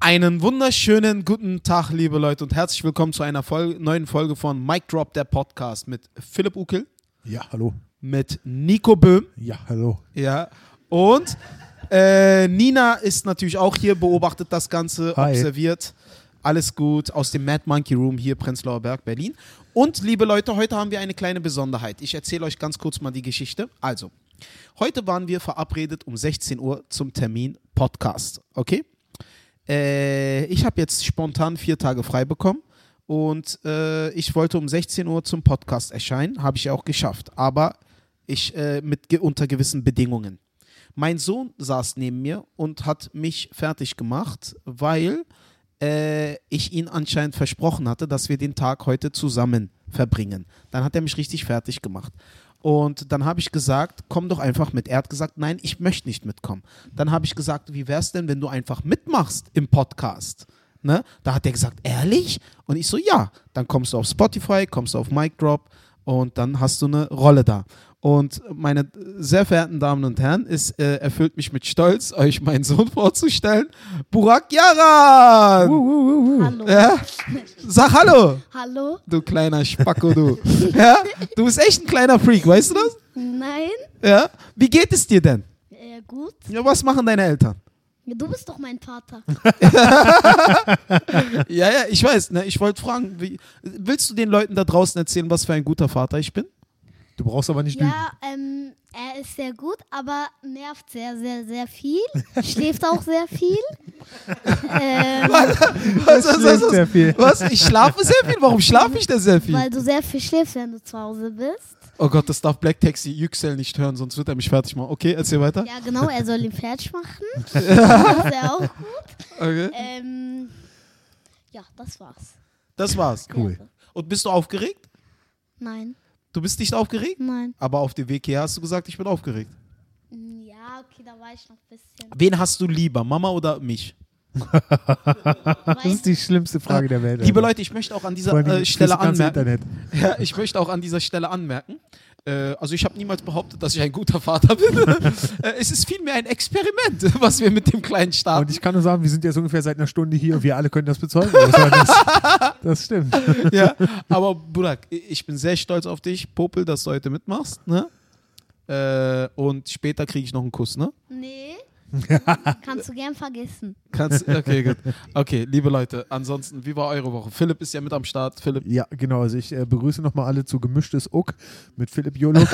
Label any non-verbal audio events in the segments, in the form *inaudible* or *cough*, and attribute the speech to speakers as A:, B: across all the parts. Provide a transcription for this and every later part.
A: Einen wunderschönen guten Tag, liebe Leute, und herzlich willkommen zu einer Folge, neuen Folge von Mic Drop, der Podcast mit Philipp Ukel,
B: Ja, hallo.
A: mit Nico Böhm
B: Ja, hallo.
A: ja, und äh, Nina ist natürlich auch hier, beobachtet das Ganze,
B: Hi.
A: observiert. Alles gut aus dem Mad Monkey Room hier, Prenzlauer Berg, Berlin. Und liebe Leute, heute haben wir eine kleine Besonderheit. Ich erzähle euch ganz kurz mal die Geschichte. Also, heute waren wir verabredet um 16 Uhr zum Termin Podcast, okay? Äh, ich habe jetzt spontan vier Tage frei bekommen und äh, ich wollte um 16 Uhr zum Podcast erscheinen, habe ich auch geschafft, aber ich äh, mit ge unter gewissen Bedingungen. Mein Sohn saß neben mir und hat mich fertig gemacht, weil äh, ich ihn anscheinend versprochen hatte, dass wir den Tag heute zusammen verbringen. Dann hat er mich richtig fertig gemacht. Und dann habe ich gesagt, komm doch einfach mit. Er hat gesagt, nein, ich möchte nicht mitkommen. Dann habe ich gesagt, wie wär's denn, wenn du einfach mitmachst im Podcast? Ne? Da hat er gesagt, ehrlich? Und ich so, ja. Dann kommst du auf Spotify, kommst du auf Mic Drop und dann hast du eine Rolle da. Und meine sehr verehrten Damen und Herren, es äh, erfüllt mich mit Stolz, euch meinen Sohn vorzustellen, Burak Yaran.
C: Hallo.
A: Ja? Sag hallo,
C: Hallo?
A: du kleiner Spacko, du. Ja? Du bist echt ein kleiner Freak, weißt du das?
C: Nein?
A: Ja? Wie geht es dir denn?
C: Äh, gut.
A: Ja, was machen deine Eltern?
C: Du bist doch mein Vater.
A: Ja, ja, ich weiß. Ne? Ich wollte fragen, wie, willst du den Leuten da draußen erzählen, was für ein guter Vater ich bin?
B: Du brauchst aber nicht lügen.
C: Ja, ähm, er ist sehr gut, aber nervt sehr, sehr, sehr viel. Schläft auch sehr viel. ähm,
A: Was, was, was,
B: schläft sehr viel.
A: was, was? Ich schlafe sehr viel. Warum schlafe ich denn sehr viel?
C: weil du sehr viel schläfst, wenn du zu Hause bist.
A: Oh Gott, das darf Black Taxi Yüksel nicht hören, sonst wird er mich fertig machen. Okay, erzähl weiter.
C: Ja, genau, er soll ihn fertig machen. das ist ja auch gut.
A: Okay.
C: Ähm, ja, das war's.
A: Das war's.
B: Cool.
A: Und bist du aufgeregt?
C: Nein,
A: Du bist nicht aufgeregt?
C: nein.
A: Aber auf dem Weg hierher hast du gesagt, ich bin aufgeregt.
C: Ja, okay, da war ich noch ein bisschen.
A: Wen hast du lieber, Mama oder mich?
B: Das ist die schlimmste Frage der Welt.
A: Liebe
B: Alter.
A: Leute, ich möchte auch an dieser
B: Vor allen Dingen
A: äh, Stelle
B: fürs ganze
A: anmerken.
B: Internet.
A: Ja, ich möchte auch an dieser Stelle anmerken. Äh, also ich habe niemals behauptet, dass ich ein guter Vater bin. *laughs* äh, es ist vielmehr ein Experiment, *laughs* was wir mit dem kleinen
B: Und
A: starten.
B: ich kann nur sagen, wir sind jetzt ungefähr seit einer Stunde hier und wir alle können das bezeugen. Das, war das,
A: *laughs*
B: das stimmt.
A: ja. *laughs* Aber Burak, i- ich bin sehr stolz auf dich, Popel, dass du heute mitmachst. Ne? Äh, und später kriege ich noch einen Kuss, ne?
C: Nee. Kannst du gern vergessen.
A: Kannst, okay, gut. Okay, liebe Leute, ansonsten, wie war eure Woche? Philipp ist ja mit am Start. Philipp,
B: Ja, genau. Also ich äh, begrüße nochmal alle zu Gemischtes Uck mit Philipp Jolo,
A: *laughs*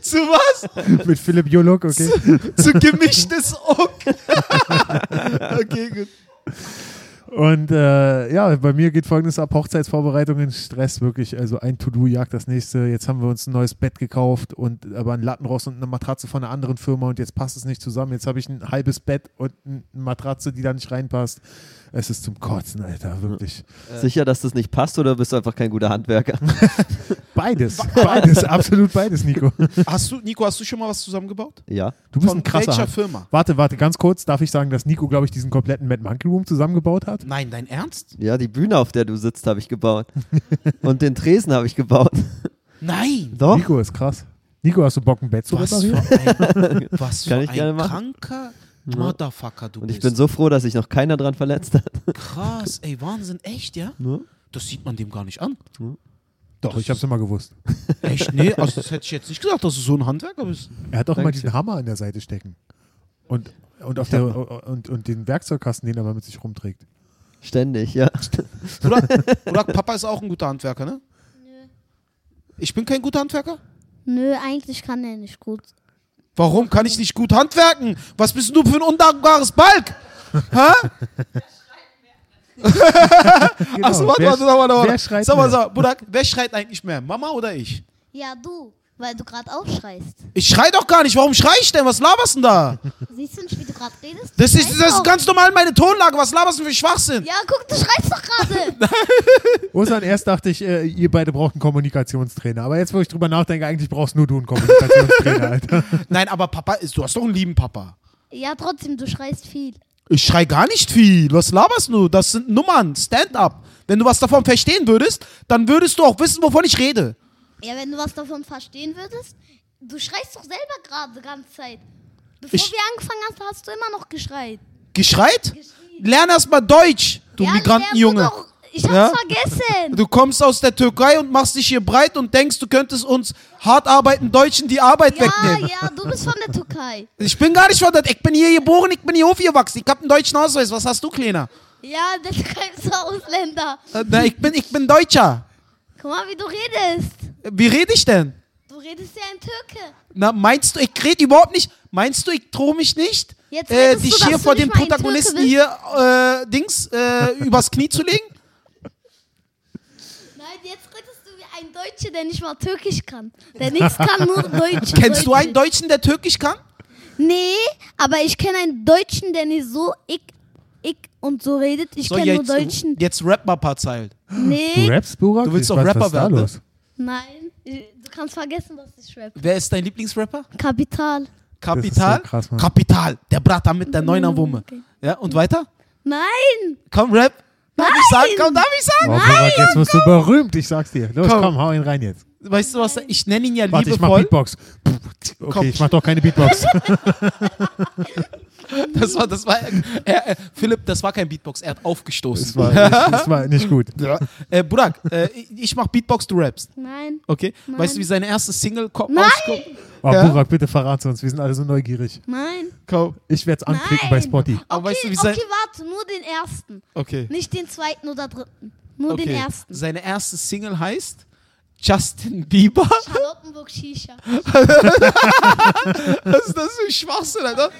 A: zu was?
B: mit Philipp Jolok, okay?
A: zu gemischtes Ock. *laughs* okay, gut.
B: Und äh, ja, bei mir geht folgendes ab: Hochzeitsvorbereitungen, Stress wirklich. Also ein To-Do jagt das nächste. Jetzt haben wir uns ein neues Bett gekauft und aber ein Lattenrost und eine Matratze von einer anderen Firma und jetzt passt es nicht zusammen. Jetzt habe ich ein halbes Bett und eine Matratze, die da nicht reinpasst. Es ist zum Kotzen, Alter, wirklich.
D: Äh, Sicher, dass das nicht passt oder bist du einfach kein guter Handwerker?
A: *laughs*
B: Beides, beides, absolut beides, Nico.
A: Hast du, Nico, hast du schon mal was zusammengebaut?
D: ja.
B: Du bist
A: Von
B: ein krasser.
A: welcher
B: Hand-
A: Firma?
B: Warte, warte, ganz kurz. Darf ich sagen, dass Nico, glaube ich, diesen kompletten Mad Monkey Room zusammengebaut hat?
A: Nein, dein Ernst?
D: Ja, die Bühne, auf der du sitzt, habe ich gebaut. Und den Tresen habe ich gebaut.
A: Nein.
D: Doch?
B: Nico ist krass. Nico, hast du Bock, ein Bett zu
A: Was für
B: reparieren?
A: ein, was für
D: Kann ich gerne
A: ein
D: machen.
A: kranker Motherfucker du
D: Und ich
A: bist.
D: bin so froh, dass sich noch keiner dran verletzt hat.
A: Krass, ey, Wahnsinn, echt, ja?
D: Ne?
A: Das sieht man dem gar nicht an.
B: Doch, ich habe es immer gewusst.
A: Echt, nee, also das hätte ich jetzt nicht gesagt, dass du so ein Handwerker bist.
B: Er hat auch immer
D: Dankeschön.
B: diesen Hammer an der Seite stecken. Und, und, auf der, und, und den Werkzeugkasten, den er mal mit sich rumträgt.
D: Ständig, ja.
A: Oder, oder Papa ist auch ein guter Handwerker, ne? Ich bin kein guter Handwerker?
C: Nö, eigentlich kann er nicht gut.
A: Warum kann ich nicht gut handwerken? Was bist denn du für ein undankbares Balk?
B: Oh,
A: Hä?
B: Genau.
A: Achso, warte,
B: Wer-
A: warte, warte, warte, warte.
B: Wer schreit
A: sag mal,
B: mehr?
A: sag mal, Burak, wer schreit eigentlich mehr? Mama oder ich?
C: Ja, du, weil du gerade aufschreist.
A: Ich schrei doch gar nicht. Warum schrei ich denn? Was laberst denn da?
C: Siehst du nicht, wie du gerade redest?
A: Das
C: Du
A: ist,
C: schreist
A: das ist
C: auch.
A: ganz normal meine Tonlage. Was laberst du für Schwachsinn?
C: Ja, guck, du schreist
A: *laughs*
C: doch gerade.
B: Ostern, erst dachte ich, äh, ihr beide braucht einen Kommunikationstrainer. Aber jetzt, wo ich drüber nachdenke, eigentlich brauchst nur du
A: *laughs*
B: einen Kommunikationstrainer, Alter.
A: Nein, aber Papa, ist- du hast doch einen lieben Papa.
C: ja, trotzdem, du schreist viel.
A: Ich schrei gar nicht viel. Was laberst du? Das sind Nummern. Stand-up. Wenn du was davon verstehen würdest, dann würdest du auch wissen, wovon ich rede.
C: Ja, wenn du was davon verstehen würdest, du schreist doch selber gerade die ganze Zeit. Bevor
A: Ich-
C: wir angefangen hast, hast du immer noch geschreit.
A: Geschreit? Lern erst mal Deutsch, du
C: Ja,
A: Migrantenjunge.
C: der wurde Doch, ich hab's
A: Ja?
C: vergessen.
A: Du kommst aus der Türkei und machst dich hier breit und denkst, du könntest uns hart arbeitenden Deutschen die Arbeit
C: Ja,
A: wegnehmen.
C: ja, du bist von der Türkei.
A: Ich bin gar nicht verdammt. Ich bin hier geboren, ich bin hier aufgewachsen. Ich hab einen deutschen Ausweis. Was hast du, Kleiner?
C: Ja, der Türkei ist ein Ausländer.
A: Äh, Na, ich bin, ich bin Deutscher.
C: Guck mal, wie du redest.
A: Wie rede ich denn?
C: Du redest ja ein Türke.
A: Na, meinst du, ich rede überhaupt nicht? Meinst du, ich drohe mich nicht?
C: Jetzt
A: äh,
C: redest
A: dich
C: du, dass
A: hier
C: du
A: vor
C: nicht
A: dem
C: mal ein Türke
A: Protagonisten
C: bist.
A: hier äh, Dings äh,
B: *laughs*
A: übers Knie zu legen?
C: Nein, jetzt redest du wie ein Deutscher, der nicht mal Türkisch kann. Der nichts kann,
A: *laughs*
C: nur Deutsch.
A: Kennst du
C: Deutsch.
A: einen Deutschen, der Türkisch kann?
C: Nee, aber ich kenne einen Deutschen, der nicht so ich, ich und so redet. Ich kenne nur
A: jetzt,
C: Deutschen.
A: jetzt rap mal ein paar Zeilen.
B: Du
C: Nee,
B: rappst, Burak?
A: Du willst
B: Ich
A: doch
B: weiß, was
A: Rapper
B: ist da
A: werden, ne?
B: los?
C: nein. Du kannst vergessen, dass ich rap.
A: Wer ist dein Lieblingsrapper?
C: Kapital.
A: Kapital.
B: so krass, Mann.
A: Kapital. Der Brater mit
C: Mhm,
A: der Neuner Wumme. Ja, und weiter?
C: Nein!
A: Komm, rap. Darf ich sagen? Komm, darf ich
B: Oh,
A: sagen?
B: Burak, jetzt wirst du berühmt, ich sag's dir. Los,
A: Komm.
B: komm, hau ihn rein jetzt.
A: Weißt du was? Ich nenne ihn ja
B: Warte, ich mach
A: liebevoll.
B: Beatbox. Okay,
A: Komm.
B: ich mach doch
A: *laughs*
B: keine Beatbox. *laughs*
A: Das war, das war, er, er, Philipp, das war kein Beatbox. Er hat aufgestoßen.
B: Das war, nicht, das war nicht gut.
A: Ja. Äh, Burak, äh, ich- ich mach Beatbox, du rappst.
C: Nein.
A: Okay?
C: Nein.
A: Weißt du, wie seine erste Single kommt?
C: Nein.
B: Oh,
A: Ja?
B: Burak, bitte verrat's uns. Wir sind alle so neugierig.
C: Nein.
B: Ich werd's anklicken bei
C: Nein.
B: Spotty.
A: Aber
C: Okay,
A: weißt du, wie sein-
C: okay, warte, nur den ersten.
A: Okay.
C: Nicht den zweiten oder dritten. Nur
A: okay.
C: den ersten.
A: Seine erste Single heißt Justin *laughs* Bieber.
C: Charlottenburg Shisha.
A: Was ist das für ein Schwachsinn, Alter?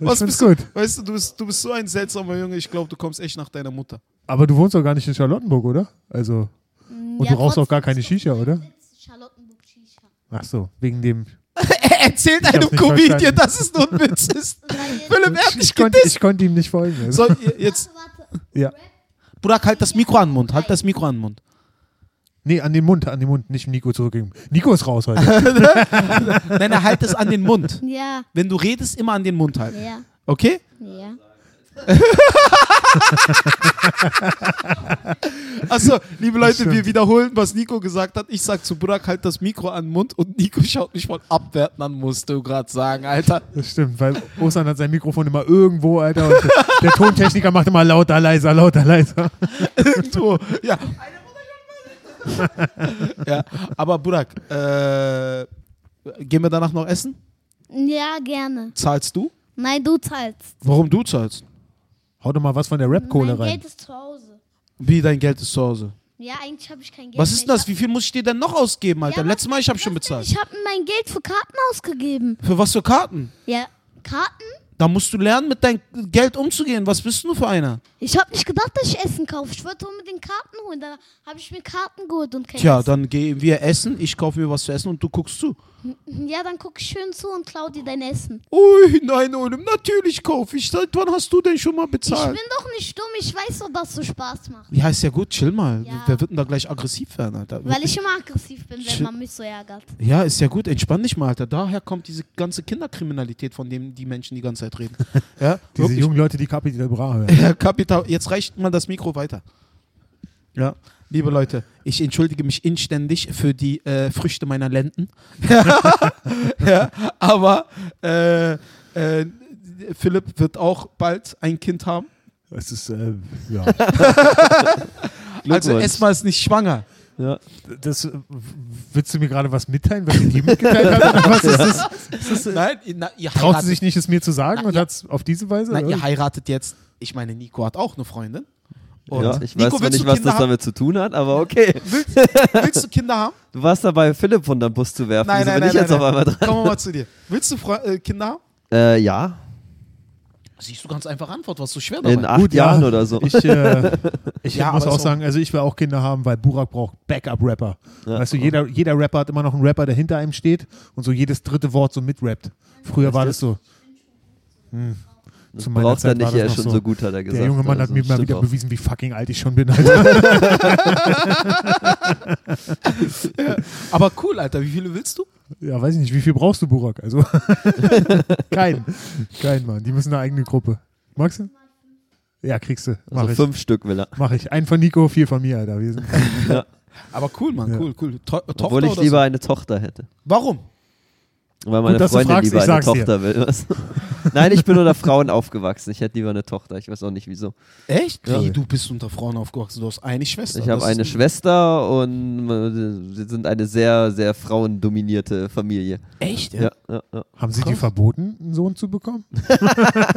A: Was
B: find's
A: bist du?
B: gut.
A: Weißt du, du bist, du bist so ein seltsamer Junge. Ich glaube, du kommst echt nach deiner *laughs* Mutter.
B: Aber du wohnst doch gar nicht in Charlottenburg, oder? Also, und
C: Ja,
B: du rauchst auch gar
C: trotzdem
B: keine
C: ist doch
B: Shisha, oder?
C: Charlottenburg Shisha.
B: Ach so, wegen dem.
A: Er erzählt einem
B: nicht
A: Comedian,
B: verstanden.
A: dass es nur ein Witz
B: *laughs*
A: ist.
C: Weil-
A: Philipp, er hat
B: Ich
A: dich
B: konnte,
A: gedisst.
B: ich konnte ihm nicht folgen. Also.
A: So, ihr- jetzt,
C: Warte, warte.
B: Ja.
A: Burak, halt das Mikro an den Mund. Halt das Mikro an den Mund.
B: Nee, an den Mund, an den Mund, nicht Nico zurückgeben. Nico ist raus
C: *laughs*
B: heute.
A: Nein, er halt es an den Mund.
C: Ja,
A: Wenn du redest, immer an den Mund halten.
C: ja,
A: Okay?
C: ja.
A: Achso, liebe Leute, wir wiederholen, was Nico gesagt hat. Ich sag zu Burak, halt das Mikro an den Mund und Nico schaut mich voll abwertend an, musst du gerade sagen, Alter.
B: Das stimmt, weil Ostern hat sein Mikrofon immer irgendwo, Alter. Und der- der Tontechniker macht immer lauter, leiser, lauter, leiser.
A: *laughs* du, ja. *laughs* ja, aber Burak, äh, gehen wir danach noch essen?
C: Ja, gerne.
A: Zahlst du?
C: Nein, du zahlst.
A: Warum du zahlst?
B: Hau doch mal was von der
C: mein
B: Rap-Kohle rein.
C: Geld ist zu Hause.
A: Wie dein Geld ist zu Hause.
C: Ja, eigentlich habe ich kein Geld.
A: Was
C: mehr.
A: ist denn das? Wie viel muss ich dir denn noch ausgeben,
C: Ich hab-
A: Alter?
C: Ja,
A: Letztes Mal, ich habe
C: was
A: schon
C: denn?
A: bezahlt.
C: Ich habe mein Geld für Karten ausgegeben.
A: Für was für Karten?
C: Ja, Karten?
A: Da musst du lernen, mit deinem Geld umzugehen. Was bist du für einer?
C: Ich habe nicht gedacht, dass ich Essen kaufe. Ich wollte unbedingt Karten holen. Dann habe ich mir Karten geholt und kein
A: Tja,
C: Essen.
A: dann gehen wir essen, ich kaufe mir was zu essen und du guckst zu.
C: Ja, dann guck ich schön zu und klau dir dein Essen.
A: Ui, nein, Olim, natürlich kaufe ich. Seit wann hast du denn schon mal
C: Ich
A: bezahlt?
C: bin doch nicht dumm. Ich weiß doch, dass es so Spaß macht.
A: Ja, ist ja gut, chill mal.
C: Ja.
A: Wer wird denn da gleich aggressiv werden, Alter?
C: Weil ich immer aggressiv bin,
A: Sch-
C: wenn man mich so ärgert.
A: Ja, ist ja gut, entspann dich mal, Alter. Daher kommt diese ganze Kinderkriminalität, von dem die Menschen die ganze Zeit reden. *laughs* ja,
B: Diese
A: wirklich.
B: jungen Leute, die Capital Bra hören.
A: Herr Kapital, jetzt reicht mal das Mikro weiter. Ja, liebe Leute, ich entschuldige mich inständig für die äh, Früchte meiner Lenden. *laughs* ja, aber äh, äh, Philipp wird auch bald ein Kind haben.
B: Es ist, äh, ja.
A: Also
D: Glückwunsch.
A: erstmal ist nicht schwanger.
D: Ja.
B: Das, äh, willst du mir gerade was mitteilen, was
C: *laughs*
B: sie dir mitgeteilt hat? Oder Was ist das?
A: Nein, na, ihr
B: Traut
A: heiratet,
B: sie sich nicht, es mir zu sagen
A: Na,
B: und
A: ja.
B: hat's auf diese Weise?
A: nein, ihr
B: oder?
A: heiratet jetzt. Ich meine, Nico hat auch eine Freundin. Und
D: Ja, ich
A: Nico,
D: weiß zwar
A: willst
D: nicht,
A: du
D: was
A: Kinder
D: das damit zu tun hat, aber okay.
A: haben? Willst
D: *laughs*
A: du Kinder haben?
D: Du warst dabei, Philipp von deinem Bus zu werfen.
A: Nein,
D: Wieso
A: nein,
D: bin
A: nein.
D: ich jetzt
A: nein,
D: auf einmal
A: nein.
D: dran?
A: Kommen wir mal zu dir. Willst du Fre äh, Kinder haben?
D: Äh, ja,
A: Siehst du ganz einfach Antwort, was so schwer dabei
D: in acht
B: Gut, ja.
D: Jahren oder so.
B: Ich,
D: *laughs*
B: äh, ich
A: Ja,
B: muss
A: aber
B: auch
A: so-
B: sagen, also ich will auch Kinder haben, weil Burak braucht Backup-Rapper. Weißt du, jeder, jeder Rapper hat immer noch einen Rapper, der hinter einem steht und so jedes dritte Wort so mitrappt. Früher war das so. Hm. Zu meiner
D: Braucht er
B: Zeit war das
D: nicht, er
B: noch
D: ist schon so. gut, hat er gesagt.
B: Der junge Mann
D: Also,
B: hat mir mal
D: stimmt
B: wieder
D: auch.
B: bewiesen, wie fucking alt ich schon bin.
D: *laughs*
B: Alter.
A: Aber cool, Alter, wie viele willst du?
B: ja, weiß ich nicht, wie viel brauchst du, Burak? Also *laughs* kein, kein Mann. Die müssen eine eigene Gruppe. Magst du? Ja, kriegst du. Mach
D: Also
B: ich.
D: fünf Stück will er.
B: Mach ich. Einen von Nico, vier von mir, Alter. Wir sind
A: Aber cool, Mann,
B: Ja.
A: cool, cool. To äh, Tochter
D: Obwohl ich
A: oder
D: lieber
A: so?
D: eine Tochter hätte.
A: Warum?
D: Weil meine
B: dass du
D: Freundin
B: fragst,
D: lieber
B: ich
D: eine
B: sag's dir.
D: Tochter will.
B: *laughs*
D: Was? Nein, ich bin unter Frauen aufgewachsen. Ich hätte lieber eine Tochter. Ich weiß auch nicht wieso.
A: Echt?
D: Ja.
A: Nee, du bist unter Frauen aufgewachsen. Du hast eine Schwester.
D: Ich habe
A: Das
D: eine
A: ist-
D: Schwester und äh, wir sind eine sehr, sehr frauendominierte Familie.
A: Echt?
D: Ja, ja, ja.
B: Haben sie die
A: Krass.
B: verboten, einen Sohn zu bekommen?
A: *laughs*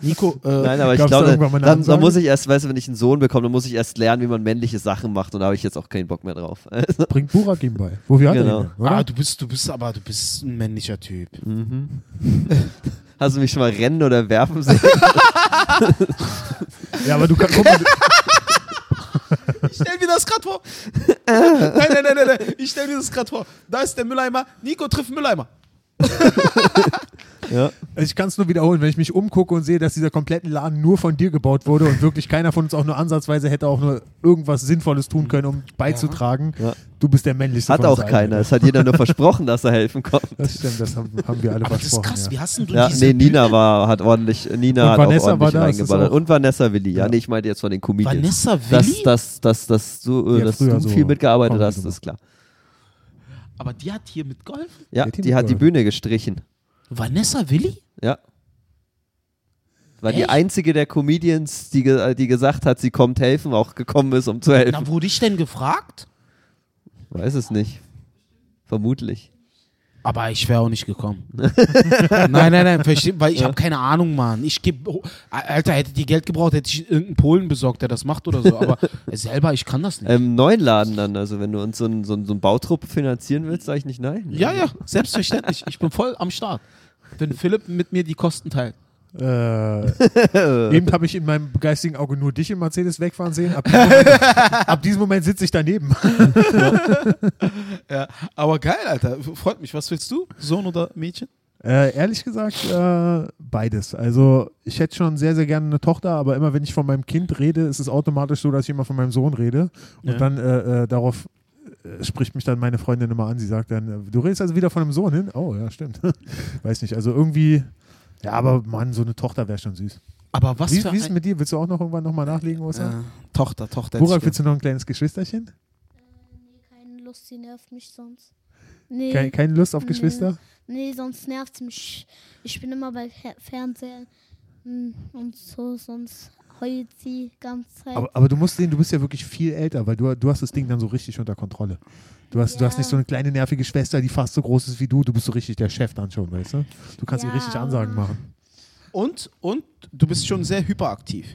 A: Nico, äh,
D: Nein, aber ich
B: Gab's da
D: glaube,
B: irgendwann mal eine
D: dann, dann
B: Ansage?
D: muss ich erst, weißt du, wenn ich einen Sohn bekomme, dann muss ich erst lernen, wie man männliche Sachen macht und da habe ich jetzt auch keinen Bock mehr drauf. *laughs* Also,
B: Bringt Burak ihm bei. Wofür hat
D: Genau.
B: er ihn denn, oder?
A: ah, du bist, du bist aber, du bist ein männlicher Typ.
D: hast du mich schon mal rennen oder werfen
B: *laughs*
D: sehen?
B: Ah, Ja, aber du kannst. Guck mal, du-
A: Ich stell mir das gerade vor.
D: Äh.
A: nein, nein, nein, nein, nein. Ich stell mir das gerade vor. Da ist der Mülleimer. Nico trifft Mülleimer.
D: ja.
B: Also ich kann es nur wiederholen, wenn ich mich umgucke und sehe, dass dieser kompletten Laden nur von dir gebaut wurde und wirklich keiner von uns auch nur ansatzweise hätte auch nur irgendwas Sinnvolles tun können, um beizutragen.
D: Ja.
B: Du bist der männlichste.
D: Hat
B: von uns
D: auch
B: allen.
D: keiner. Es hat jeder nur versprochen, dass er helfen kommt.
B: Das stimmt, das haben, haben wir alle
A: Aber das ist
B: versprochen.
A: krass. Wie
B: ja.
A: hast denn du
D: Ja,
A: diese
D: nee, Nina war, hat ordentlich, Nina
B: Und
D: hat
B: Vanessa
D: auch
B: war
D: ordentlich
B: da, das ist
D: reingeballert.
B: auch-
D: Und Vanessa Willi, ja,
B: Ja.
D: nee, ich meinte jetzt von den Comedians.
A: Vanessa Willi?
D: Dass, dass, dass, dass du, äh,
B: Ja,
D: dass
B: früher
D: du
B: so
D: viel mitgearbeitet
B: Comedy
D: hast,
B: gemacht.
D: ist klar.
A: Aber die hat hier mitgeholfen?
D: Ja,
B: hat die
D: die hat die
B: mitgearbeitet?
D: Bühne gestrichen.
A: Vanessa Willi?
D: Ja. War die
A: Echt?
D: einzige der Comedians, die, ge äh, die gesagt hat, sie kommt helfen, auch gekommen ist, um zu helfen.
A: Na, wurde ich denn gefragt?
D: Weiß es nicht. Vermutlich.
A: Aber ich wäre auch nicht
D: *laughs*
A: gekommen. nein, nein, nein, verstehe, weil ich habe keine Ahnung, Mann. Ich gebe, oh, Alter, hätte die Geld gebraucht, hätte ich irgendeinen Polen besorgt, der das macht oder so.
D: *laughs*
A: Aber selber, ich kann das nicht.
D: Ähm, neuen Laden dann, also wenn du uns so einen so einen- so einen Bautrupp finanzieren willst, sage ich nicht nein.
A: Ja, ja, selbstverständlich. Ich bin voll am Start. Wenn Philipp mit mir die Kosten
D: *laughs*
A: teilt.
B: Äh, eben habe ich in meinem geistigen Auge nur dich im Mercedes wegfahren sehen. Ab diesem Moment, ab diesem Moment sitze ich daneben.
A: Ja, aber geil, Alter. Freut mich. Was willst du? Sohn oder Mädchen?
B: Äh, ehrlich gesagt, äh, beides. Also, ich hätte schon sehr, sehr gerne eine Tochter, aber immer wenn ich von meinem Kind rede, ist es automatisch so, dass ich immer von meinem Sohn rede. Und
A: Ja.
B: dann äh, äh, darauf äh, spricht mich dann meine Freundin immer an. Sie sagt dann, äh, du redest also wieder von einem Sohn hin? Oh, ja, stimmt. *laughs* Weiß nicht, also irgendwie. Ja, aber Mann, so eine Tochter wäre schon süß.
A: Aber was
B: Wie,
A: für
B: wie ist es
A: ein-
B: mit dir? Willst du auch noch irgendwann nochmal nachlegen, Osa?
A: äh, Tochter, Tochter.
B: Burak,
A: hätte ich
B: willst du noch ein kleines Geschwisterchen?
C: Keine Lust, die nervt mich sonst. Nee,
B: Keine, keine Lust auf
C: Nee.
B: Geschwister?
C: nee sonst nervt mich. Ich bin immer bei Fer Fernsehen hm, und so, sonst heult sie die ganze Zeit.
B: Aber, aber du musst sehen, du bist ja wirklich viel älter, weil du, du hast das Ding dann so richtig unter Kontrolle. Du hast, du hast
C: Ja.
B: nicht so eine kleine nervige Schwester, die fast so groß ist wie du. Du bist so richtig der Chef dann schon, weißt du? Du kannst ihr
C: Ja,
B: richtig Ansagen
C: aber-
B: machen.
A: gesagt. Und, und du bist schon sehr hyperaktiv.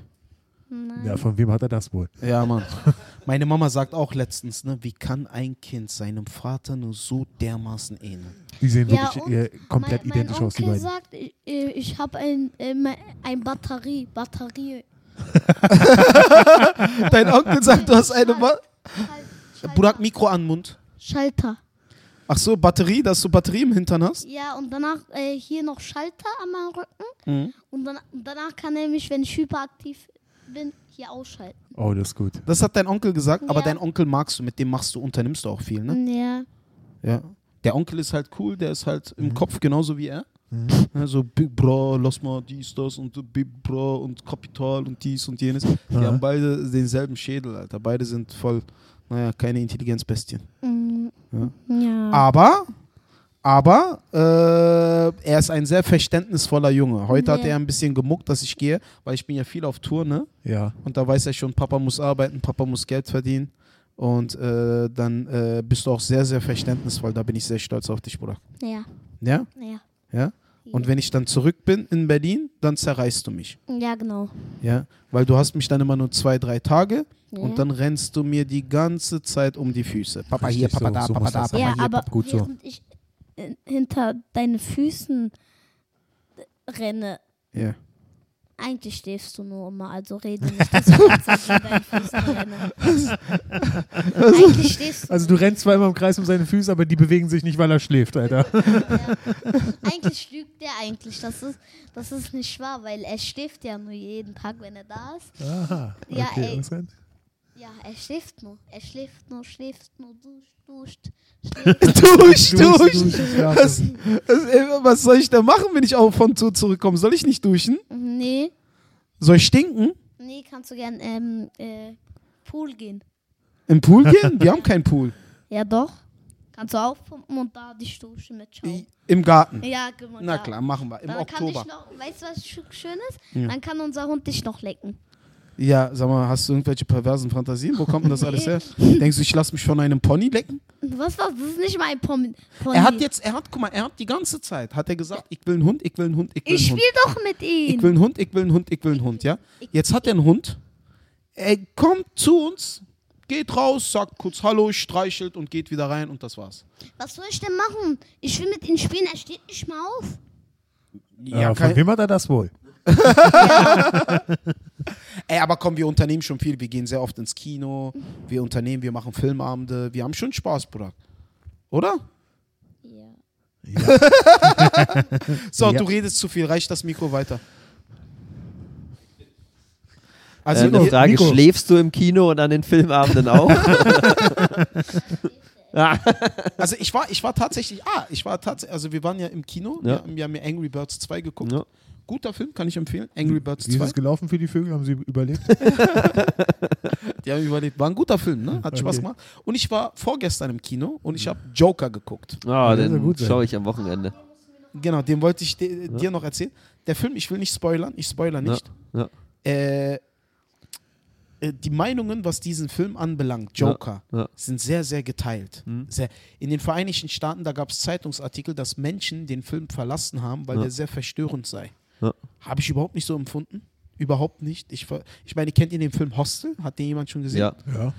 C: Nein.
B: Ja, von wem hat er das wohl?
A: Ja, Mann. *laughs* Meine Mama sagt auch letztens, ne, wie kann ein Kind seinem Vater nur so dermaßen ähneln?
B: Die sehen
C: Ja,
B: wirklich
C: und
B: äh, komplett
C: mein,
B: identisch
C: mein
B: aus, die
C: Onkel
B: beiden.
C: sagt, ich, äh, ich habe ein, äh, mein- ein Batterie,
B: *gasps*
C: Batterie.
A: *laughs* Dein Onkel sagt, du hast eine Ma
C: Schal- Schalter.
A: Burak, Mikro an den Mund.
C: Schalter.
A: Ach so, Batterie, dass du Batterie im Hintern hast?
C: Ja, und danach äh, hier noch Schalter an meinem Rücken.
A: Mhm.
C: Und dann, danach kann er mich, wenn ich hyperaktiv bin, hier ausschalten.
B: Oh, das ist gut.
A: Das hat dein Onkel gesagt, aber
C: Ja.
A: dein Onkel magst du, mit dem machst du, unternimmst du auch viel, ne?
C: Ja. Mhm.
A: Ja. Der Onkel ist halt cool, der ist halt im Kopf genauso wie er. *laughs* Ja, so, Big Bro, lass mal dies, das und so Big Bro und Kapital und dies und jenes. Die
B: Aha.
A: haben beide denselben Schädel, Alter. Beide sind voll, naja, keine Intelligenzbestien.
C: Mm,
A: Ja.
C: ja.
B: Ah.
A: Aber, aber, äh, er ist ein sehr verständnisvoller Junge. Heute hat
C: Ja.
A: er ein bisschen gemuckt, dass ich gehe, weil ich bin ja viel auf Tour, ne?
B: Ja.
A: Und da weiß er schon, Papa muss arbeiten, Papa muss Geld verdienen. Und äh, dann äh, bist du auch sehr, sehr verständnisvoll. Da bin ich sehr stolz auf dich, Bruder.
C: Ja.
A: Ja?
C: Ja.
A: Ja? Und wenn ich dann zurück bin in Berlin, dann zerreißt du mich.
C: Ja, genau.
A: Ja? Weil du hast mich dann immer nur zwei, drei Tage
C: Ja.
A: und dann rennst du mir die ganze Zeit um die Füße. Papa
B: Richtig
A: hier, Papa
B: so,
A: da,
B: so
A: Papa
B: muss
A: da,
B: das
A: Papa
B: sein.
A: hier.
C: ja,
B: hier
C: aber
B: packt gut so.
C: während ich äh, hinter deine Füßen äh, renne,
A: Ja.
C: *laughs* eigentlich schläfst du nur immer, also rede nicht,
B: *laughs*
C: dass ich die ganze Zeit hinter deinen Füßen renne. Eigentlich schläfst du,
B: Also du rennst zwar immer im Kreis um seine Füße, aber die bewegen sich nicht, weil er schläft, Alter.
C: eigentlich lügt der eigentlich, das ist, das ist nicht wahr, weil er schläft ja nur jeden Tag, wenn er da ist.
B: Aha. *laughs*
C: Ja,
B: Okay,
C: ey.
B: was denn?
C: Ja, er schläft nur, er schläft nur, schläft nur, duscht, duscht, schläft.
A: Durch,
B: Duschen,
A: durch.
B: duschen, schlafen.
A: Was, was, äh, was soll ich da machen, wenn ich auch von Tour zurückkomme? Soll ich nicht duschen?
C: Nee,
A: Soll ich stinken?
C: nee, kannst du gern ähm, äh, Pool gehen. *laughs*
A: Im Pool gehen? Wir haben keinen Pool.
C: Ja, doch. Kannst du aufpumpen und da die Stoße mitschauen.
A: Im Garten.
C: Ja, genau.
A: Na klar, machen wir. Im
C: Dann kann
A: Oktober.
C: ich noch, weißt du, was sch- schön ist?
A: Ja.
C: Dann kann unser Hund dich noch lecken.
A: Ja, sag mal, hast du irgendwelche perversen Fantasien? Wo kommt denn das
C: *laughs*
A: alles her? Denkst du, ich lasse mich von einem Pony lecken?
C: Was das? Das ist nicht mein Pom- Pony.
A: Er hat jetzt, er hat, guck mal, er hat die ganze Zeit, hat er gesagt, ich will einen Hund, ich will einen Hund, ich will
C: ich
A: einen Hund.
C: spiele doch mit
A: Ich
C: ihm.
A: will einen Hund, ich will einen Hund, ich will einen Hund, ja? Jetzt hat er einen Hund. Er kommt zu uns, geht raus, sagt kurz Hallo, streichelt und geht wieder rein und das war's.
C: Was soll ich denn machen? Ich will mit ihm spielen, er steht nicht mal auf.
B: Ja, von wem hat er das wohl?
A: Ey, aber komm, wir unternehmen schon viel. Wir gehen sehr oft ins Kino, wir unternehmen, wir machen Filmabende, wir haben schon Spaß, Bruder. Oder?
C: Ja.
A: So,
B: Ja.
A: du redest zu viel, reicht das Mikro weiter. Also,
D: äh, eine
A: ihr-
D: Frage,
B: Nico.
D: schläfst du im Kino und an den Filmabenden auch? *laughs* Ah,
A: also ich war, ich war tatsächlich, ah, ich war tatsächlich, also wir waren ja im Kino,
D: Ja.
A: Wir, haben, wir haben ja Angry Birds 2 geguckt.
D: Ja.
A: Guter Film, kann ich empfehlen. Angry Birds
B: Wie ist
A: 2.
B: es gelaufen für die Vögel? Haben sie überlebt?
A: Die haben überlebt. War ein guter Film, ne? Hat Spaß
B: Okay.
A: gemacht. Und ich war vorgestern im Kino und ich habe Joker geguckt.
D: Ah,
B: das soll
D: den
B: gut sein.
D: schaue ich am Wochenende.
A: Genau, den wollte ich di- dir noch erzählen. Der Film, ich will nicht spoilern, ich spoiler
D: Ja,
A: nicht.
D: ja,
A: Äh, äh, die Meinungen, was diesen Film anbelangt, Joker,
D: Ja, Mhm. ja.
A: sind sehr, sehr geteilt. Sehr. In den Vereinigten Staaten, da gab es Zeitungsartikel, dass Menschen den Film verlassen haben, weil der sehr verstörend sei.
D: Ja.
A: Habe ich überhaupt nicht so empfunden. Überhaupt nicht. Ich, ver- ich meine, kennt ihr den Film Hostel? Hat den jemand schon gesehen?
D: ja,
B: ja.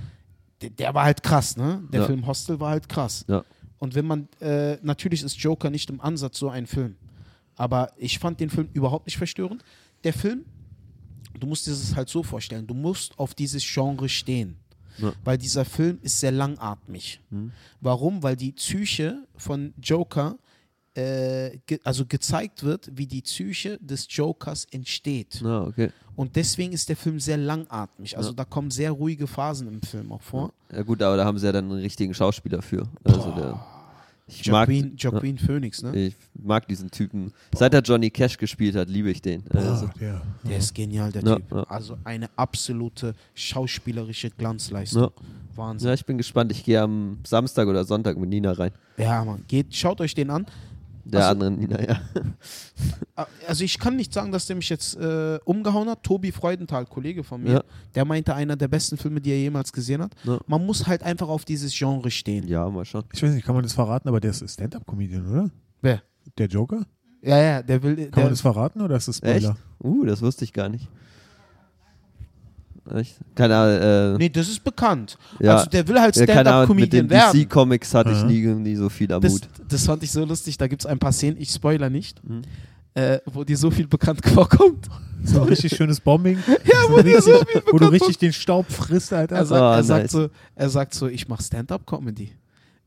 A: der, der war halt krass, ne? Der
D: Ja.
A: Film Hostel war halt krass.
D: ja.
A: Und wenn man, äh, natürlich ist Joker nicht im Ansatz so ein Film. Aber ich fand den Film überhaupt nicht verstörend. Der Film, du musst dir das halt so vorstellen, du musst auf dieses Genre stehen.
D: Ja. Mhm.
A: Weil dieser Film ist sehr langatmig. Warum? Weil die Psyche von Joker, äh, ge also gezeigt wird, wie die Psyche des Jokers entsteht.
D: Ah, okay.
A: Und deswegen ist der Film sehr langatmig. Also
D: Ja.
A: da kommen sehr ruhige Phasen im Film auch vor.
D: Ja gut, aber da haben sie ja dann einen richtigen Schauspieler für. Also der, ich, mag,
A: Joaquin, Joaquin Phoenix, ne?
D: ich mag diesen Typen. Seit er Johnny Cash gespielt hat, liebe ich den. Also,
B: Ah, der.
A: Der ist genial, der
D: Ja,
A: Typ.
D: ja.
A: Also eine absolute schauspielerische Glanzleistung.
D: ja.
A: Wahnsinn.
D: ja, ich bin gespannt. Ich gehe am Samstag oder Sonntag mit Nina rein.
A: Ja, Mann. Geht, schaut euch den an.
D: Der
A: Ach so.
D: anderen Nina, *laughs* ja.
A: Also ich kann nicht sagen, dass der mich jetzt äh, umgehauen hat. Tobi Freudenthal, Kollege von mir,
D: Ja.
A: der meinte, einer der besten Filme, die er jemals gesehen hat.
D: Ja.
A: Man muss halt einfach auf dieses Genre stehen.
D: Ja, mal schauen.
B: Ich weiß nicht, kann man das verraten, aber der ist Stand-Up-Comedian, oder?
A: Wer?
B: Der Joker?
A: Ja, ja, der will... Der,
B: Kann man das verraten oder ist das
D: Echt?
B: Spoiler?
D: Uh, das wusste ich gar nicht. Echt? Keine Ahnung. Äh,
A: nee, das ist bekannt.
D: Ja.
A: Also der will halt
D: ja, keine Ahnung, mit den
A: Stand-Up-Comedian werden.
D: DC-Comics hatte ich
B: Aha.
D: nie, nie so viel am
A: Das,
D: Hut.
A: das fand ich so lustig. Da gibt es ein paar Szenen, ich spoiler nicht,
D: Hm.
A: äh, wo dir so viel bekannt *laughs* vorkommt.
B: So ein richtig schönes Bombing.
A: *laughs* Ja, wo dir so viel
B: Wo du
A: bekannt
B: richtig den Staub frisst, Alter.
A: Er sagt,
D: Ah,
A: er sagt
D: nice.
A: so, er sagt so, ich mache Stand-up-Comedy.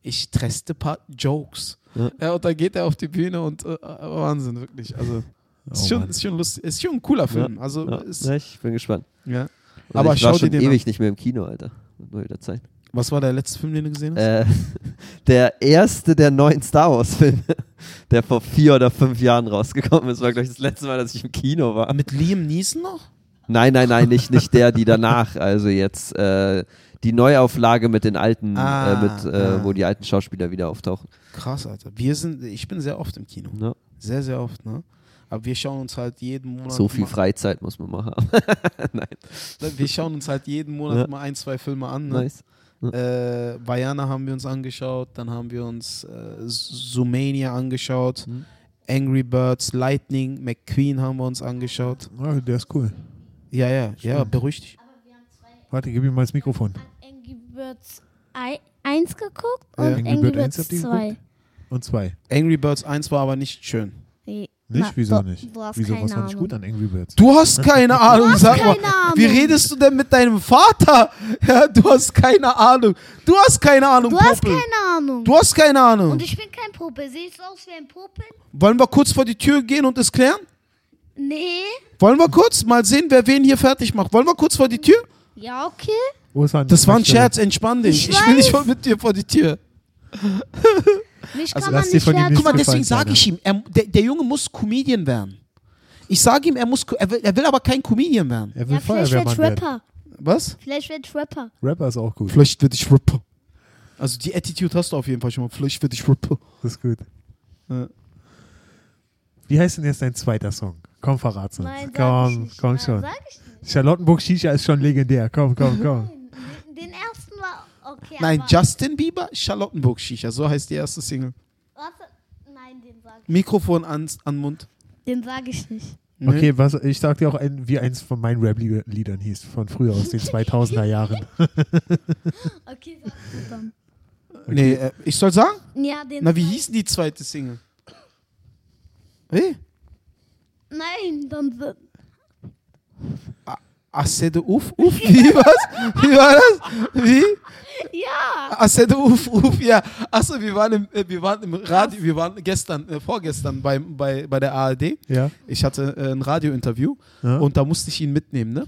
A: Ich teste ein paar Jokes. Ja.
D: Ja.
A: und dann geht er auf die Bühne und äh, Wahnsinn, wirklich. Also ist,
B: Oh,
A: schon,
B: Mann.
A: ist schon lustig, ist schon ein cooler Film. Also
D: Ja,
A: ist,
D: ja, ich bin gespannt.
A: ja.
D: Also
A: Aber
D: ich
A: schau
D: war
A: dir
D: schon
A: den
D: ewig nicht mehr im Kino, Alter. Mit neuer Zeit.
A: an. Was war der letzte Film, den du gesehen hast?
D: Äh, *laughs* der erste der neuen Star Wars-Filme, *laughs* der vor vier oder fünf Jahren rausgekommen ist, war, glaube ich, das letzte Mal, dass ich im Kino war.
A: Mit Liam Neeson noch?
D: Nein, nein, nein, nicht, nicht der, die danach. Also jetzt äh, die Neuauflage mit den alten,
A: Ah,
D: äh, mit, äh,
A: ah.
D: wo die alten Schauspieler wieder auftauchen.
A: Krass, Alter. Wir sind, ich bin sehr oft im Kino.
D: Ja.
A: Sehr, sehr oft, ne? Aber wir schauen uns halt jeden Monat.
D: So viel
A: mal,
D: Freizeit muss man mal *laughs* haben.
A: wir schauen uns halt jeden Monat
D: Ja.
A: mal ein, zwei Filme an. Ne?
D: Nice.
A: Äh, Vajana haben wir uns angeschaut, dann haben wir uns äh, Zoomania angeschaut,
D: Mhm.
A: Angry Birds, Lightning, McQueen haben wir uns angeschaut.
B: Ah, der ist cool.
A: Ja, ja, ja, beruhig dich.
B: Warte, gib ihm mal das Mikrofon.
C: Angry Birds 1 geguckt
A: Ja.
B: Angry
C: und Äh, Angry
B: Bird 1
C: Birds
B: habt ihr
C: 2.
B: geguckt? Und zwei.
A: Angry Birds 1 war aber nicht schön.
C: Nee.
B: Nicht?
C: Na,
B: Wieso
C: du-
B: nicht?
C: Du hast
B: Wieso?
C: keine
B: Was war nicht gut
C: Ahnung.
B: an Angry
A: *laughs*
B: Birds?
A: Du hast keine Ahnung,
C: hast
A: sag mal.
C: keine Ahnung.
A: Wie redest du denn mit deinem Vater? *laughs* Ja, du hast keine Ahnung. Du hast keine Ahnung,
C: Du hast
A: Popel.
C: keine Ahnung.
A: Du hast keine Ahnung.
C: Und ich bin kein Popel. Siehst du aus wie ein Popel?
A: Wollen wir kurz vor die Tür gehen und es klären?
C: Nee.
A: Wollen wir kurz mal sehen, wer wen hier fertig macht? Wollen wir kurz vor die Tür?
C: Ja, okay.
B: Wo ist er an
A: Das war ein
B: Stelle?
A: Scherz, entspann dich.
C: Ich
A: Ich will nicht
C: weiß.
A: mit dir vor die Tür.
C: Mich
B: Also lass dir von ihm
C: kann man nicht werden.
B: nichts
A: Guck mal,
B: gefallen,
A: deswegen sage
B: Alter.
A: ich ihm, er, der, der Junge muss Comedian werden. Ich sage ihm, er, muss, er, will, er will aber kein Comedian werden.
B: Er will
C: Ja, vielleicht
B: Feuerwehrmann
C: wird
B: werden.
C: Rapper.
A: Was?
C: Vielleicht wird Rapper.
B: Rapper ist auch gut.
A: Vielleicht werde ich Rapper. Also die Attitude hast du auf jeden Fall schon mal. Fleisch für dich. Ruppe.
B: Das ist gut.
A: Ja.
B: Wie heißt denn jetzt dein zweiter Song? Komm, verrat's uns.
C: Nein, sag ich
B: komm,
C: nicht.
B: komm
C: Nein,
B: schon.
C: Sag ich nicht.
B: Charlottenburg Shisha ist schon legendär. Komm, komm, komm.
C: Den, den ersten war okay.
A: Nein,
C: aber,
A: Justin Bieber, Charlottenburg Shisha. So heißt die erste Single.
C: Warte, nein, den sag ich.
A: Mikrofon an, an Mund.
C: Den sag ich nicht.
A: Nee.
B: Okay, was, ich sag dir auch, ein, wie eins von meinen Rap-Liedern hieß, von früher aus
A: *laughs*
B: den 2000er Jahren.
C: Okay, sag du dann.
A: Nee, äh, ich soll sagen?
C: Ja, den.
A: Na, wie
C: sag-
A: hieß die zweite Single? Hey?
C: Nein, dann. sa-
A: Assede Uf *laughs* Uf? Wie was? Wie war das? Wie?
C: Ja!
A: Assede Uf Uf, ja. Achso, wir waren im, äh, wir waren im Radio, wir waren gestern, äh, vorgestern bei, bei, bei der ARD.
B: Ja.
A: Ich hatte äh, ein Radiointerview
B: Ja.
A: und da musste ich ihn mitnehmen, ne?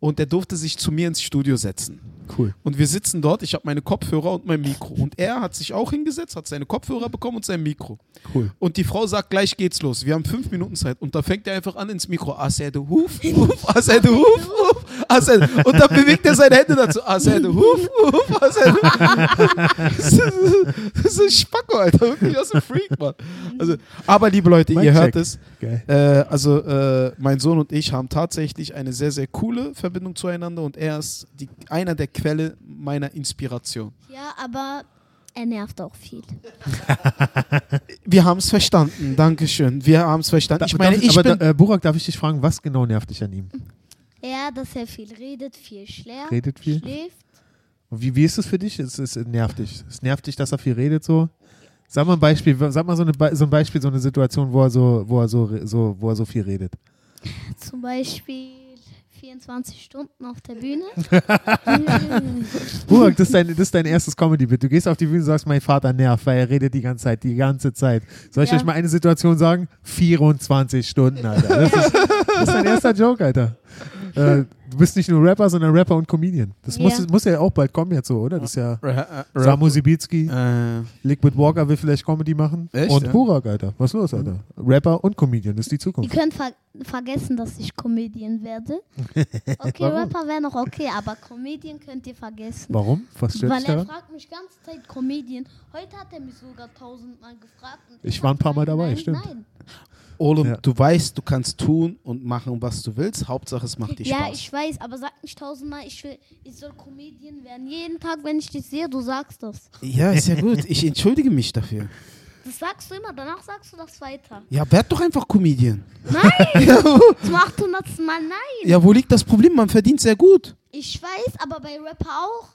A: Und er durfte sich zu mir ins Studio setzen.
B: Cool.
A: Und wir sitzen dort, ich habe meine Kopfhörer und mein Mikro. Und er hat sich auch hingesetzt, hat seine Kopfhörer bekommen und sein Mikro.
B: Cool.
A: Und die Frau sagt, gleich geht's los. Wir haben fünf Minuten Zeit. Und da fängt er einfach an ins Mikro. Assede Huf, Huf, Assede Huf, Huf, Assede. Und dann bewegt er seine Hände dazu. Assede Huf, Huf, Assede Das ist- das ist ein Spacko, Alter. Wirklich, was ein Freak, Mann. Also, aber liebe Leute,
B: Mic
A: ihr
B: check.
A: hört es.
B: Geil.
A: Äh, also äh, mein Sohn und ich haben tatsächlich eine sehr, sehr coole Verbindung zueinander und er ist die, einer der Quelle meiner Inspiration.
C: Ja, aber er nervt auch viel.
A: Wir haben es verstanden, Dankeschön. Wir haben es verstanden. Ich meine,
B: darf,
A: ich
B: aber
A: bin...
B: da, äh, Burak, darf ich dich fragen, was genau nervt dich an ihm?
C: Ja, dass er viel redet, viel schläft.
B: Redet viel?
C: Schläft.
B: Und wie, wie ist es für dich? Es, es nervt dich. Es nervt dich, dass er viel redet so. Sag mal ein Beispiel, sag mal so, eine, Be- so ein Beispiel, so eine Situation, wo er so, wo er so, re- so, wo er so viel redet.
C: Zum Beispiel 24 Stunden auf der
A: *laughs*
C: Bühne. *laughs*
B: Burak, das ist dein, das ist dein erstes Comedy-Bit. Du gehst auf die Bühne und sagst, mein Vater nervt, weil er redet die ganze Zeit, die ganze Zeit. Soll ich
C: Ja.
B: euch mal eine Situation sagen? 24 Stunden, Alter. Das ist, das ist dein erster Joke, Alter. Äh, du bist nicht nur Rapper, sondern Rapper und Comedian. Das muss,
C: Ja.
B: muss ja auch bald kommen jetzt so, oder? Das ist ja
A: Äh,
B: Samu Sibitski,
A: äh,
B: Liquid Walker will vielleicht Comedy machen.
A: Echt,
B: und
A: ja? Mhm.
B: Burak, Alter. Was los, Alter? Rapper und Comedian, das ist die
C: Die
B: Zukunft.
C: können ver vergessen, dass ich
A: *laughs*
C: Comedian werde. Okay,
B: Warum?
C: Rapper wäre noch okay, aber Comedian könnt ihr vergessen.
B: Warum? Was stört
C: Weil
B: dich
C: er
B: daran?
C: fragt mich ganze Zeit Comedian. Heute hat er mich sogar tausendmal gefragt. Und
B: Ich
C: hab
B: war ein paar Mal
C: nein,
B: dabei,
C: nein,
B: stimmt.
C: Nein.
A: Olum,
B: Ja.
A: du weißt, du kannst tun und machen, was du willst. Hauptsache, es macht dir
C: ja,
A: Spaß.
C: ich weiß, aber sag nicht tausendmal, ich, will, ich soll Comedian werden. Jeden Tag, wenn ich dich sehe, du sagst das.
A: ja, ist ja gut. Ich entschuldige mich dafür.
C: Das sagst du immer, danach sagst du das weiter.
A: Ja, werd doch einfach Comedian.
C: Nein!
A: Ja, wo-
C: Zum 800. Mal nein!
A: ja, wo liegt das Problem? Man verdient sehr gut.
C: Ich weiß, aber bei Rapper auch.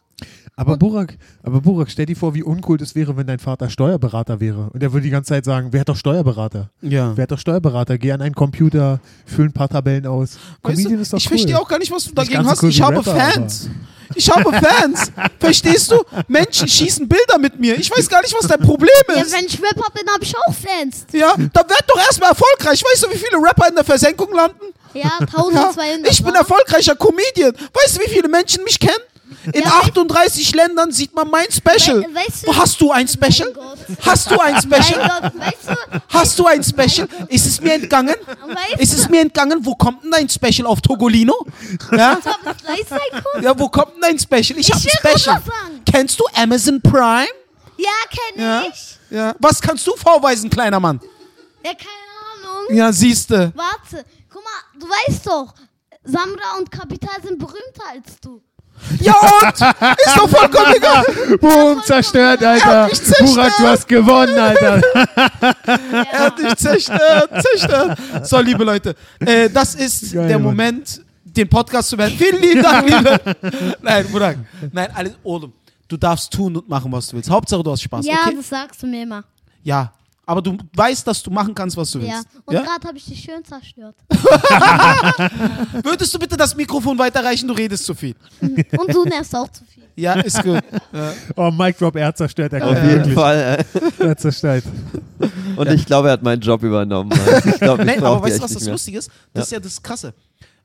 B: Aber Burak, aber Burak, stell dir vor, wie uncool das wäre, wenn dein Vater Steuerberater wäre. Und er würde die ganze Zeit sagen, wer hat doch Steuerberater?
A: Ja.
B: Wer hat doch Steuerberater? Geh an einen Computer, füll ein paar Tabellen aus.
A: Weißt
B: Comedian
A: du,
B: ist doch
A: ich
B: cool.
A: verstehe auch gar nicht, was du dagegen
B: ganz so
A: hast.
B: cool
A: ich
B: wie
A: habe
B: Rapper,
A: Fans. Ich habe Fans. Verstehst du? Menschen schießen Bilder mit mir. Ich weiß gar nicht, was dein Problem
C: Ja,
A: ist.
C: wenn ich Rapper bin, hab ich auch Fans.
A: Ja, dann werd doch erstmal erfolgreich. Weißt du, wie viele Rapper in der Versenkung landen?
C: Ja,
A: Ja,
C: 1200.
A: ich bin
C: wa?
A: erfolgreicher Comedian. Weißt du, wie viele Menschen mich kennen? In
C: Ja,
A: 38 Ländern sieht man mein Special.
C: We- weißt du- Oh
A: Hast du ein Special?
C: Mein Gott.
A: Hast du ein
C: Mein
A: Special?
C: Gott, weißt
A: *laughs*
C: du?
A: Hast du ein Special? Ist es mir entgangen?
C: Weißt
A: Ist es mir entgangen? Wo kommt denn dein Special auf Togolino? Ja,
C: du, ob es gleich sein kommt?
A: ja wo kommt denn dein Special? Ich,
C: Ich
A: hab
C: will
A: ein Special.
C: runterfahren.
A: Kennst du Amazon Prime?
C: Ja, kenn
A: Ja.
C: ich.
A: ja. Was kannst du vorweisen, kleiner Mann?
C: Ja, keine Ahnung.
A: Ja, siehste.
C: Warte, guck mal, du weißt doch, Samra und Kapital sind berühmter als du.
A: Ja und? Ist doch vollkommen egal.
B: Boom, zerstört,
A: Er
B: Alter.
A: hat mich zerstört.
B: Burak, du hast gewonnen, Alter. *laughs*
A: Er hat dich zerstört, zerstört. So, liebe Leute, äh, das ist
B: Geil,
A: der
B: Mann.
A: Moment, den Podcast zu werden. Vielen lieben
D: *laughs*
A: Dank, liebe. Nein, Burak. Nein, alles, Olum. Du darfst tun und machen, was du willst. Hauptsache, du hast Spaß,
C: Ja,
A: okay?
C: das sagst du mir immer.
A: Ja. Aber du weißt, dass du machen kannst, was du
C: Ja.
A: willst.
C: Und gerade habe ich dich schön zerstört.
A: Würdest du bitte das Mikrofon weiterreichen? Du redest zu viel.
C: Und du nervst auch zu viel.
A: Ja, ist gut. Ja.
B: Oh, Mike Drop, er hat zerstört. Er
D: Auf
B: hat
D: jeden
B: wirklich-
D: Fall. Äh.
B: Er hat zerstört.
D: Und ich glaube, er hat meinen
A: *laughs*
D: Job übernommen. Also ich glaube, ich
A: Nein, aber
D: brauche die
A: weißt du,
D: echt
A: was das
D: nicht mehr.
A: Lustige ist? Das ist ja das Krasse.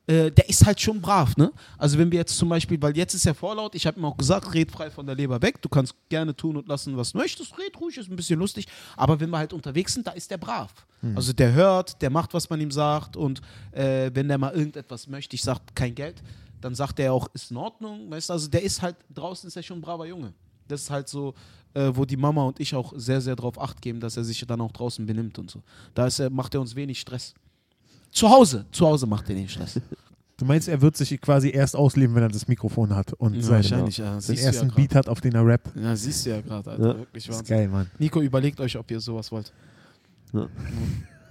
A: Äh, der ist halt schon brav, ne? Also wenn wir jetzt zum Beispiel, weil jetzt ist ja Vorlaut, ich habe ihm auch gesagt, red frei von der Leber weg, du kannst gerne tun und lassen, was du möchtest, red ruhig, ist ein bisschen lustig, aber wenn wir halt unterwegs sind, da ist der brav. Also der hört, der macht, was man ihm sagt und äh, wenn der mal irgendetwas möchte, ich sag kein Geld, dann sagt er auch, ist in Ordnung, weißt du, also der ist halt, draußen ist er schon ein braver Junge. Das ist halt so, äh, wo die Mama und ich auch sehr, sehr drauf acht geben, dass er sich dann auch draußen benimmt und so. Da ist er, macht er uns wenig Stress. Zu Hause, zu Hause macht er den Stress.
B: Du meinst, er wird sich quasi erst ausleben, wenn er das Mikrofon hat und
A: Ja,
B: seinen,
A: wahrscheinlich, ja.
B: den
A: Siehst du ja
B: ersten
A: grad.
B: Beat hat, auf den er rappt.
A: *laughs* Ja, siehst du ja gerade, Alter.
D: Ja.
A: Wirklich
B: Das ist
A: Wahnsinn.
B: geil, Mann.
A: Nico, überlegt euch, ob ihr sowas wollt.
D: Ja.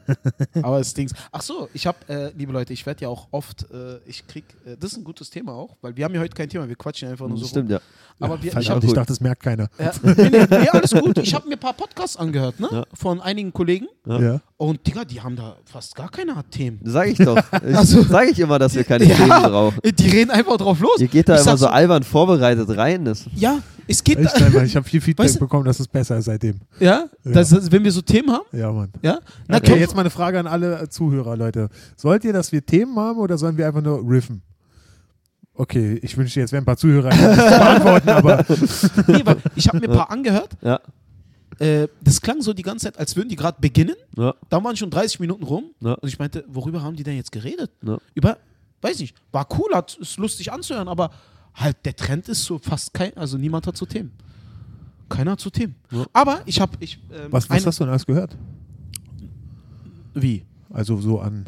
D: *laughs*
A: Aber es Dings. Ach so, ich habe, äh, liebe Leute, ich werde ja auch oft, äh, ich krieg, äh, das ist ein gutes Thema auch, weil wir haben ja heute kein Thema, wir quatschen einfach nur so.
D: Stimmt, ja.
A: Rum. Aber wir,
B: Verdammt,
A: ich
B: ich,
A: hab,
D: cool.
B: dachte, das merkt keiner.
A: ja, nee, nee, nee, alles gut. Ich habe mir ein paar Podcasts angehört, ne,
D: Ja.
A: von einigen Kollegen.
D: Ja.
B: Ja.
A: Und Digga, die haben da fast gar keine Themen.
D: Sag
A: *laughs*
D: ich doch. Ich,
A: Also-
D: sag ich immer, dass wir
A: *laughs*
D: keine
A: Ja.
D: Themen brauchen.
A: Die reden einfach drauf los.
D: Ihr geht da
A: Ich
D: immer
A: sag
D: so albern vorbereitet rein. Das,
A: Ja, es geht.
B: Echt, Mann, ich habe viel Feedback
A: Weißt du-
B: bekommen, dass es besser ist seitdem.
A: *laughs* ja, das, ist- wenn wir so Themen haben,
B: Ja, Mann.
A: ja. Na,
B: Okay,
A: komm,
B: *laughs* jetzt mal eine Frage an alle äh, Zuhörer, Leute. Sollt ihr, dass wir Themen haben oder sollen wir einfach nur riffen? Okay, ich wünschte, jetzt wären ein paar Zuhörer die das beantworten, aber
A: nee, weil ich habe mir ein paar angehört.
D: ja.
A: Äh, das klang so die ganze Zeit, als würden die gerade beginnen.
D: Ja.
A: Da waren schon 30 Minuten rum.
D: Ja.
A: Und ich meinte, worüber haben die denn jetzt geredet?
D: Ja.
A: Über, weiß nicht, war cool, hat, ist lustig anzuhören, aber halt der Trend ist so fast kein, also niemand hat so Themen. Keiner hat so Themen. Aber ich habe, ich, ähm,
B: was, was
A: eine-
B: hast du denn alles gehört?
A: Wie?
B: Also so an.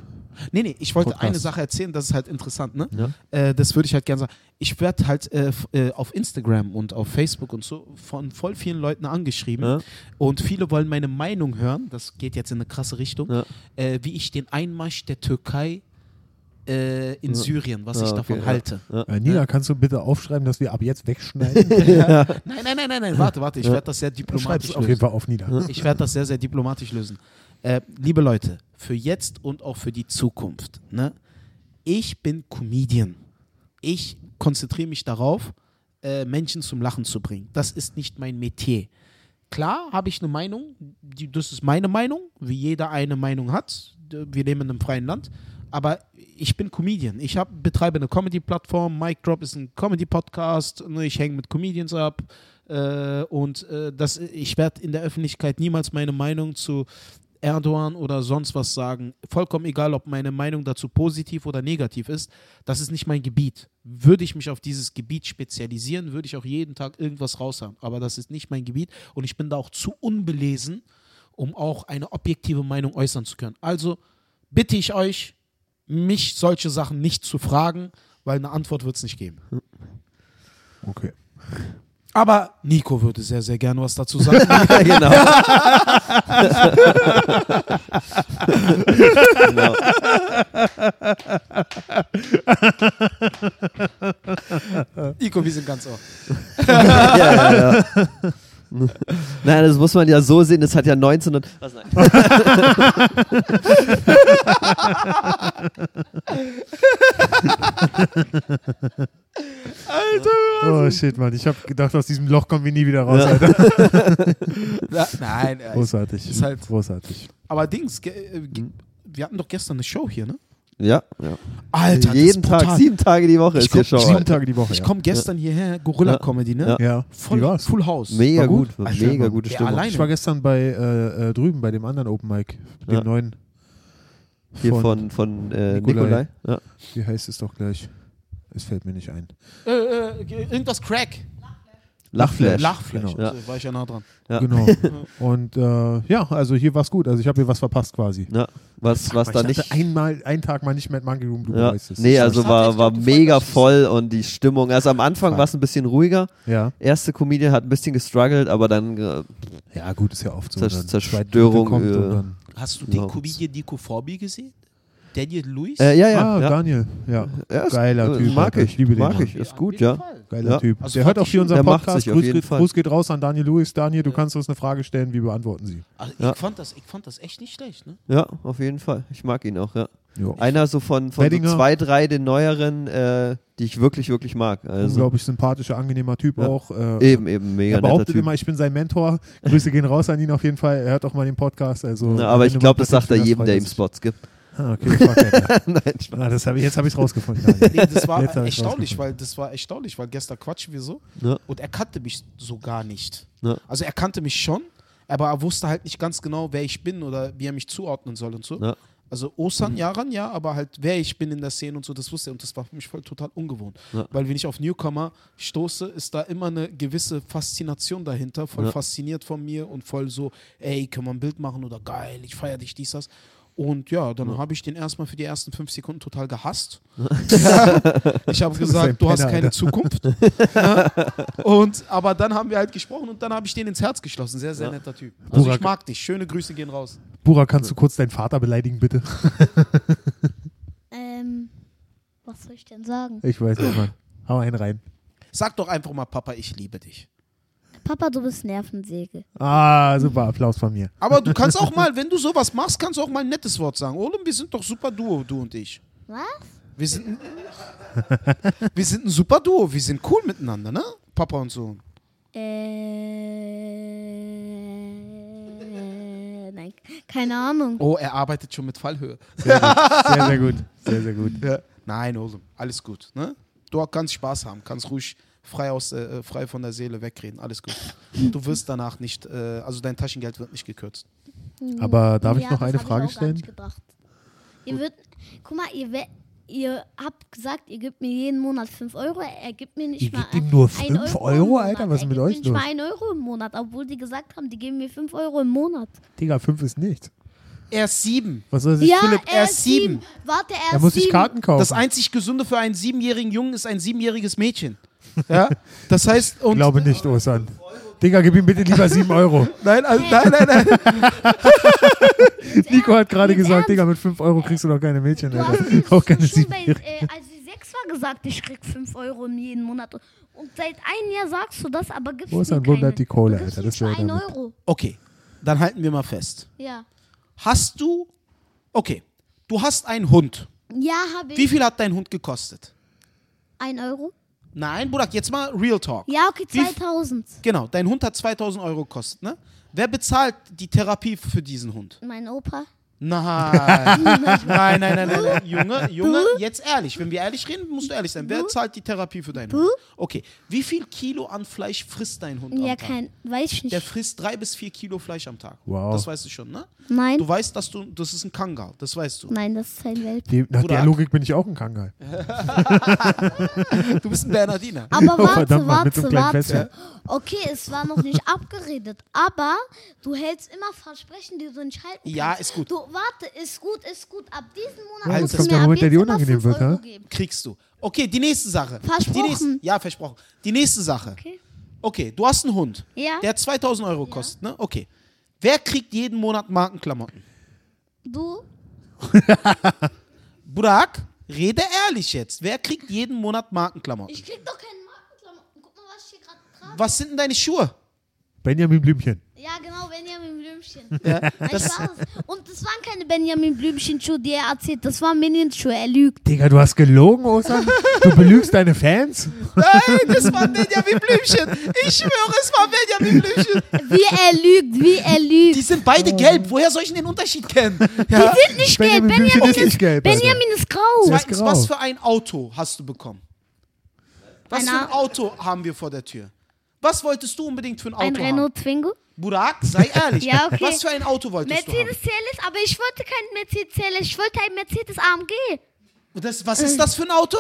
A: Nee, nee, ich wollte
B: Podcast.
A: eine Sache erzählen, das ist halt interessant, ne?
D: Ja.
A: Äh, das würde ich halt gerne sagen. Ich werde halt äh, f- äh, auf Instagram und auf Facebook und so von voll vielen Leuten angeschrieben
D: Ja.
A: und viele wollen meine Meinung hören, das geht jetzt in eine krasse Richtung,
D: Ja.
A: äh, wie ich den Einmarsch der Türkei äh, in
D: Ja.
A: Syrien, was
D: Ja,
A: ich
D: okay,
A: davon
D: ja.
A: halte.
D: Ja. *laughs*
B: Äh, Nina, kannst du bitte aufschreiben, dass wir ab jetzt wegschneiden?
A: Nein, nein, nein, nein, nein, warte, warte, ich werde das sehr
B: Schreib
A: diplomatisch
B: es auf jeden
A: lösen.
B: Fall auf, Nina.
A: Ich werde das sehr, sehr diplomatisch lösen. Äh, liebe Leute, für jetzt und auch für die Zukunft, ne? ich bin Comedian. Ich konzentriere mich darauf, äh, Menschen zum Lachen zu bringen. Das ist nicht mein Metier. Klar habe ich eine Meinung, die, das ist meine Meinung, wie jeder eine Meinung hat. D- Wir leben in einem freien Land. Aber ich bin Comedian. Ich hab, betreibe eine Comedy-Plattform. Mike Drop ist ein Comedy-Podcast. ne, Ich hänge mit Comedians ab. Äh, und äh, das, ich werde in der Öffentlichkeit niemals meine Meinung zu Erdogan oder sonst was sagen. Vollkommen egal, ob meine Meinung dazu positiv oder negativ ist. Das ist nicht mein Gebiet. Würde ich mich auf dieses Gebiet spezialisieren, würde ich auch jeden Tag irgendwas raushaben. Aber das ist nicht mein Gebiet und ich bin da auch zu unbelesen, um auch eine objektive Meinung äußern zu können. Also bitte ich euch, mich solche Sachen nicht zu fragen, weil eine Antwort wird es nicht *laughs* geben.
B: Okay.
A: Aber Nico würde sehr, sehr gerne was dazu sagen. *laughs*
D: genau. genau.
A: Nico, wir sind ganz ohr.
D: Ja, ja, ja. Nein, das muss man ja so sehen, das hat ja 19 und. Was, nein.
B: Oh shit, Mann. Ich habe gedacht, aus diesem Loch kommen wir nie wieder raus, Alter.
A: Na, nein, äh,
B: Großartig.
A: Ist halt-
B: Großartig.
A: aber Dings, ge- äh, ge-
D: Hm.
A: wir hatten doch gestern eine Show hier, ne?
D: Ja, ja.
A: Alter, das
D: jeden
A: ist
D: Tag,
A: brutal.
D: sieben Tage die Woche
A: Ich
D: ist hier
A: guck-
D: Show.
B: Sieben Tage die Woche.
A: Ich komme gestern hierher, Gorilla
D: Ja.
A: Comedy, ne?
D: Ja.
B: ja. ja. Wie
A: Voll,
B: war's?
A: Full House.
D: Mega
B: War gut. Also,
D: gut, war
B: Ach, schön,
D: mega
B: Mann.
D: gute
A: Wer
D: Stimmung.
A: alleine-
B: Ich war gestern bei äh, äh, drüben bei dem anderen Open Mic, dem
D: Ja.
B: neuen.
D: Hier von, von äh, Nikolai.
B: Nikolai.
D: Ja.
B: Wie heißt es doch gleich? Es fällt mir nicht ein.
A: Äh, äh, irgendwas Crack.
D: Lachflash.
A: Lachflash.
B: Genau.
A: Also, War ich ja nah dran.
D: *laughs* Ja.
B: Genau. Und äh, ja, also hier war's gut. Also ich habe hier was verpasst quasi.
D: Ja. Was, was da
B: ich
D: nicht.
B: hatte einmal, einen Tag mal nicht Mad Monkey Room, du
D: Ja.
B: weißt es.
D: Nee, also
A: Ich
D: war,
A: dachte,
D: war
A: ich glaub, du
D: mega
A: wolltest-
D: voll und die Stimmung. Also am Anfang war es ein bisschen ruhiger.
B: ja.
D: Erste Comedian hat ein bisschen gestruggelt, aber dann äh,
B: Ja, gut, ist ja oft so.
D: Zer-
B: dann
D: Zerstörung,
B: zweite Minute kommt und
D: äh,
B: dann,
A: Hast du den
D: Überhaupt.
A: Comedian Nico Forbi gesehen? Daniel Lewis?
D: Äh, ja, ja.
B: ah,
D: ja.
B: Daniel. Ja.
D: Ja, ist-
B: Geiler
D: äh,
B: Typ.
D: Mag
B: Alter.
D: ich,
B: Ich liebe den.
D: mag
B: Mann.
D: ich, ist gut,
A: jeden
D: ja.
A: Fall.
B: Geiler
D: Ja.
B: Typ.
A: Also
B: der
A: fand
B: hört auch
A: ich
B: hier
A: schon-
B: unseren
D: der macht
B: Podcast.
D: sich auf
B: Gruß,
D: jeden
B: geht,
D: Fall.
B: Gruß geht raus an Daniel Lewis. Daniel, du kannst uns eine Frage stellen. Wie beantworten sie?
A: Also, ich,
D: Ja.
A: fand das, ich fand das echt nicht schlecht, ne?
D: Ja, auf jeden Fall. Ich mag ihn auch, ja.
B: Ja.
D: Einer so von, von so
B: Weddinger.
D: zwei, drei den neueren, äh, die ich wirklich, wirklich mag. Also
B: Unglaublich sympathischer, angenehmer Typ
D: Ja.
B: auch. Äh,
D: eben, eben, mega
B: Er
D: netter
B: behauptet
D: Typ.
B: immer, ich bin sein Mentor. Grüße gehen raus an ihn auf jeden Fall. Er hört auch mal den Podcast. Also,
D: Na, Ne, aber
B: wenn
D: ich
B: du
D: glaube,
B: mal
D: das sagt er
B: Podcast
D: jedem, der ihm
B: hörst, freut
D: Spots gibt.
B: er sich. Ah, okay, fuck, Alter.
D: *laughs* Nein, Spaß.
B: Na, das hab ich, jetzt habe ich es rausgefunden. Daniel.
A: Nee, das *laughs* war
B: Jetzt hab ich's
A: erstaunlich,
B: rausgefunden.
A: weil das war erstaunlich, weil gestern quatschen wir so
D: Ja.
A: und er kannte mich so gar nicht.
D: Ja.
A: Also er kannte mich schon, aber er wusste halt nicht ganz genau, wer ich bin oder wie er mich zuordnen soll und so.
D: Ja.
A: Also
D: Mhm.
A: Osan, Yaran, ja, aber halt, wer ich bin in der Szene und so, das wusste er und das war für mich voll total ungewohnt.
D: Ja.
A: Weil wenn ich auf Newcomer stoße, ist da immer eine gewisse Faszination dahinter, voll
D: Ja.
A: fasziniert von mir und voll so, ey, können wir ein Bild machen oder geil, ich feier dich, dies, das. Und ja, dann habe ich den erstmal für die ersten fünf Sekunden total gehasst. *laughs* ich habe
B: ein
A: gesagt, du hast
B: Penner,
A: keine
B: Alter. *laughs*
A: Zukunft. Ja. und, aber dann haben wir halt gesprochen und dann habe ich den ins Herz geschlossen. Sehr, sehr
D: Ja.
A: netter Typ. Also
B: Burak-
A: ich mag dich. Schöne Grüße gehen raus.
B: Bura, kannst du kurz deinen Vater beleidigen, bitte?
C: Ähm, was soll ich denn sagen?
B: Ich weiß nicht, Mann. Hau einen rein.
A: Sag doch einfach mal, Papa, ich liebe dich.
C: Papa, du bist Nervensäge.
B: Ah, super, Applaus von mir.
A: Aber du kannst auch *laughs* mal, wenn du sowas machst, kannst du auch mal ein nettes Wort sagen. Oder wir sind doch super Duo, du und ich.
C: Was?
A: Wir sind, *laughs* wir sind ein super Duo, wir sind cool miteinander, ne? Papa und Sohn.
C: Äh, nein, keine Ahnung.
A: Oh, er arbeitet schon mit Fallhöhe.
B: Sehr, sehr gut. Sehr, sehr gut.
A: Nein, Olim, alles gut, ne? Du kannst Spaß haben, kannst ruhig frei, aus, äh, frei von der Seele wegreden, alles *laughs* gut. Du wirst danach nicht, äh, also dein Taschengeld wird nicht gekürzt.
B: Aber darf ich
C: Ja,
B: noch
C: das
B: eine
C: hab
B: Frage
C: ich auch Gar
B: stellen?
C: nicht gedacht. Ihr würd, guck mal, ihr, wär- ihr habt gesagt, ihr gebt mir jeden Monat 5 Euro. Er gibt mir nicht
B: Ihr
C: mal
B: gebt ihm nur
C: ein
B: 5
C: im
B: Euro,
C: Monat.
B: Alter? Was ist
C: er
B: mit
C: gibt
B: euch
C: mir
B: los?
C: Nicht mal 1 Euro im Monat, obwohl die gesagt haben, die geben mir 5 Euro im Monat.
B: Digga, 5 ist nichts.
A: Er ist sieben.
B: Was soll sich
C: ja,
A: Philipp, er ist
C: sieben. Warte, er
B: Da
C: ist
B: muss
C: sieben.
B: ich Karten kaufen.
A: Das einzig Gesunde für einen siebenjährigen Jungen ist ein siebenjähriges Mädchen. Ja, das heißt,
B: ich
A: und
B: glaube nicht, Osan. Digga, gib ihm bitte lieber 7 Euro.
A: Nein, also, nein, nein, nein.
B: Nico hat gerade
C: Jetzt
B: gesagt,
C: ernst?
B: Digga, mit 5 Euro kriegst du doch keine Mädchen,
C: Du
B: Alter.
C: hast
B: Auch keine
C: schon
B: 7
C: bei, äh, als ich sechs war gesagt, ich krieg 5 Euro in jeden Monat. Und seit einem Jahr sagst du das, aber gibst
B: Wo ist
C: mir
B: ein Wunder
C: keine.
B: die Kohle,
C: du gibst
B: Alter?
C: mir
B: Das wäre
C: schon
B: damit.
C: ein Euro.
A: Okay, dann halten wir mal fest.
C: Ja.
A: Hast du. Okay, du hast einen Hund.
C: Ja, habe
A: Wie
C: ich.
A: viel hat dein Hund gekostet?
C: Ein Euro?
A: Nein, Burak, jetzt mal Real Talk.
C: Ja, okay,
A: Wie viel-
C: 2000.
A: Genau, dein Hund hat 2000 Euro gekostet, ne? Wer bezahlt die Therapie für diesen Hund?
C: Mein Opa. *laughs*
A: Nein. nein, nein, nein, nein, nein. Junge, Junge, jetzt ehrlich. Wenn wir ehrlich reden, musst du ehrlich sein. Wer zahlt die Therapie für deinen Hund? Okay, wie viel Kilo an Fleisch frisst dein Hund
C: Ja,
A: am Tag?
C: kein, weiß ich
A: Der
C: nicht.
A: frisst drei bis vier Kilo Fleisch am Tag.
B: Wow.
A: Das weißt du schon, ne? Du
C: Nein,
A: weißt, dass du, das ist ein Kangal, das weißt du.
C: nein, das ist
B: *laughs*
C: ein Welpe.
B: Die, nach
A: Bruder,
B: der
A: ab-
B: Logik bin ich auch ein Kangal.
A: Du bist ein Bernardiner.
C: *laughs* Aber
B: Oh,
C: warte,
B: verdammt, Mann, mit so
C: warte,
B: einem kleinen
C: warte. Okay, es war noch nicht abgeredet, aber du hältst immer Versprechen, die du nicht halten kannst.
A: Ja, ist gut.
C: Du, warte, ist gut, ist gut. Ab diesem Monat
B: Ja, jetzt kommt
C: musst du mir
B: der
C: ab
B: Moment, der
C: jetzt
B: dir
C: immer
B: unangenehm
C: 5
B: wird,
C: Euro
B: hä?
C: geben.
A: Kriegst du. Okay, die nächste Sache. Die
C: Versprochen.
A: nächste, ja, versprochen. Die nächste Sache.
C: Okay.
A: Okay, du hast einen Hund.
C: Ja.
A: Der hat 2000 Euro kostet, ne? Okay. Wer kriegt jeden Monat Markenklamotten?
C: Du,
A: Burak, rede ehrlich jetzt. Wer kriegt jeden Monat Markenklamotten?
C: ich krieg doch keinen Markenklamotten. Guck mal, was ich hier gerade trage.
A: Was sind denn deine
C: *laughs*
A: Schuhe?
B: Benjamin Blümchen.
C: Ja, genau, Benjamin Blümchen.
A: Ja,
C: Nein,
A: das,
C: Spaß. Und das waren keine Benjamin Blümchen-Schuhe, die er erzählt. Das waren Minion-Schuhe. Er lügt.
B: Digga, du hast gelogen, Osan. Du belügst deine Fans.
A: nein, das war Benjamin Blümchen. Ich schwöre, es war Benjamin Blümchen.
C: Wie er lügt, wie er lügt.
A: Die sind beide gelb. Woher soll ich denn den Unterschied kennen? Ja.
C: Oh. Die sind nicht
B: Benjamin
C: gelb. Benjamin,
B: Blümchen ist nicht gelb, also. Alter.
C: Benjamin ist grau.
B: Das-
A: Zweitens,
B: grau.
A: was für ein Auto hast du bekommen? Was
C: Ein
A: für ein
C: Au-
A: Auto haben wir vor der Tür? Was wolltest du unbedingt für ein Auto
C: Ein
A: haben?
C: Renault Twingo?
A: Burak, sei ehrlich.
C: *laughs* Ja, okay.
A: Was für ein Auto wolltest
C: Mercedes CLS, aber ich wollte kein Mercedes CLS. Ich wollte ein Mercedes AMG.
A: du haben? Das,
C: Äh.
A: was ist das für ein Auto?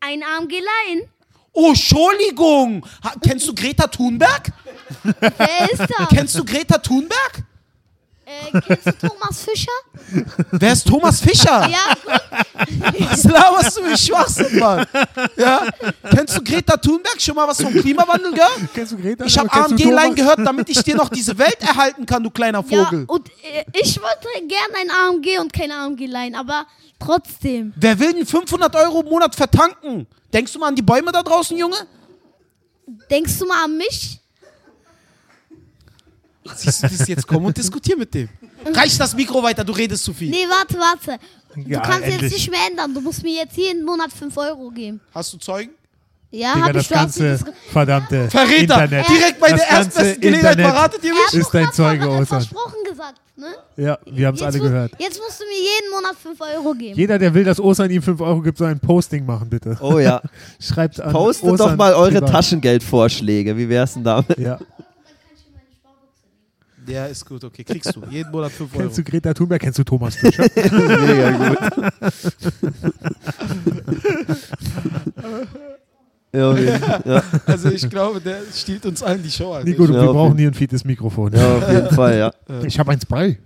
C: Ein AMG Line.
A: Oh, Entschuldigung. Ha, kennst du Greta Thunberg?
B: *laughs*
C: Wer ist da?
A: Kennst du Greta Thunberg?
C: äh, kennst du Thomas Fischer?
B: *laughs*
A: Wer ist Thomas Fischer? *laughs*
C: Ja, gut.
A: Was laberst du für Schwachsinn, Mann? Ja? Kennst du Greta Thunberg? Schon mal was vom Klimawandel gehört?
B: Kennst du Greta?
A: Ich habe
B: Kennst du
A: AMG-Line
B: Thomas?
A: gehört, damit ich dir noch diese Welt erhalten kann, du kleiner
C: ja.
A: Vogel.
C: Und äh, ich wollte gerne ein AMG und kein AMG Line, aber trotzdem.
A: Wer will denn 500 Euro im Monat vertanken? Denkst du mal an die Bäume da draußen, Junge?
C: Denkst du mal an mich?
A: Siehst du das jetzt? Komm und diskutier mit dem. Reich das Mikro weiter, du redest zu viel.
C: Nee, warte, warte.
B: Ja,
C: du kannst
B: endlich.
C: jetzt nicht mehr ändern. Du musst mir jetzt jeden Monat 5 Euro geben.
A: Hast du Zeugen?
C: Ja,
B: Digga,
C: hab
B: das
C: ich du hast mir
B: ganze
C: das ge-
B: verdammte
A: Verräter!
B: Internet.
A: Direkt bei
B: Das
A: der
B: ganze
A: erstbesten Gelegenheit
B: Internet.
A: verratet ihr
C: Er hat
A: mich?
B: Ist
C: doch
B: dein
C: grad *laughs*
B: Zeuge,
C: ver-
B: Osan.
C: versprochen gesagt, ne?
B: Ja, wir haben es alle
C: mu-
B: gehört.
C: jetzt musst du mir jeden Monat 5 Euro geben.
B: Jeder, der will, dass Osan ihm 5 Euro gibt, soll ein Posting machen, bitte. *laughs*
D: Oh ja.
B: Schreibt an
D: Postet
B: Osan
D: doch mal eure
B: privat. *laughs*
D: Taschengeldvorschläge. Wie wär's denn damit?
B: Ja.
A: Ja, ist gut, okay. Kriegst du. Jeden Monat 5 Euro.
B: Kennst du Greta Thunberg? Kennst du Thomas Fischer?
D: Mega gut. ja, wir, ja,
A: Also ich glaube, der stiehlt uns allen die Show an.
B: Nico, du,
D: Ja,
B: wir
D: auf
B: brauchen
D: jeden-
B: hier ein fietes Mikrofon.
D: ja, auf jeden Fall, ja.
B: Ich habe eins bei.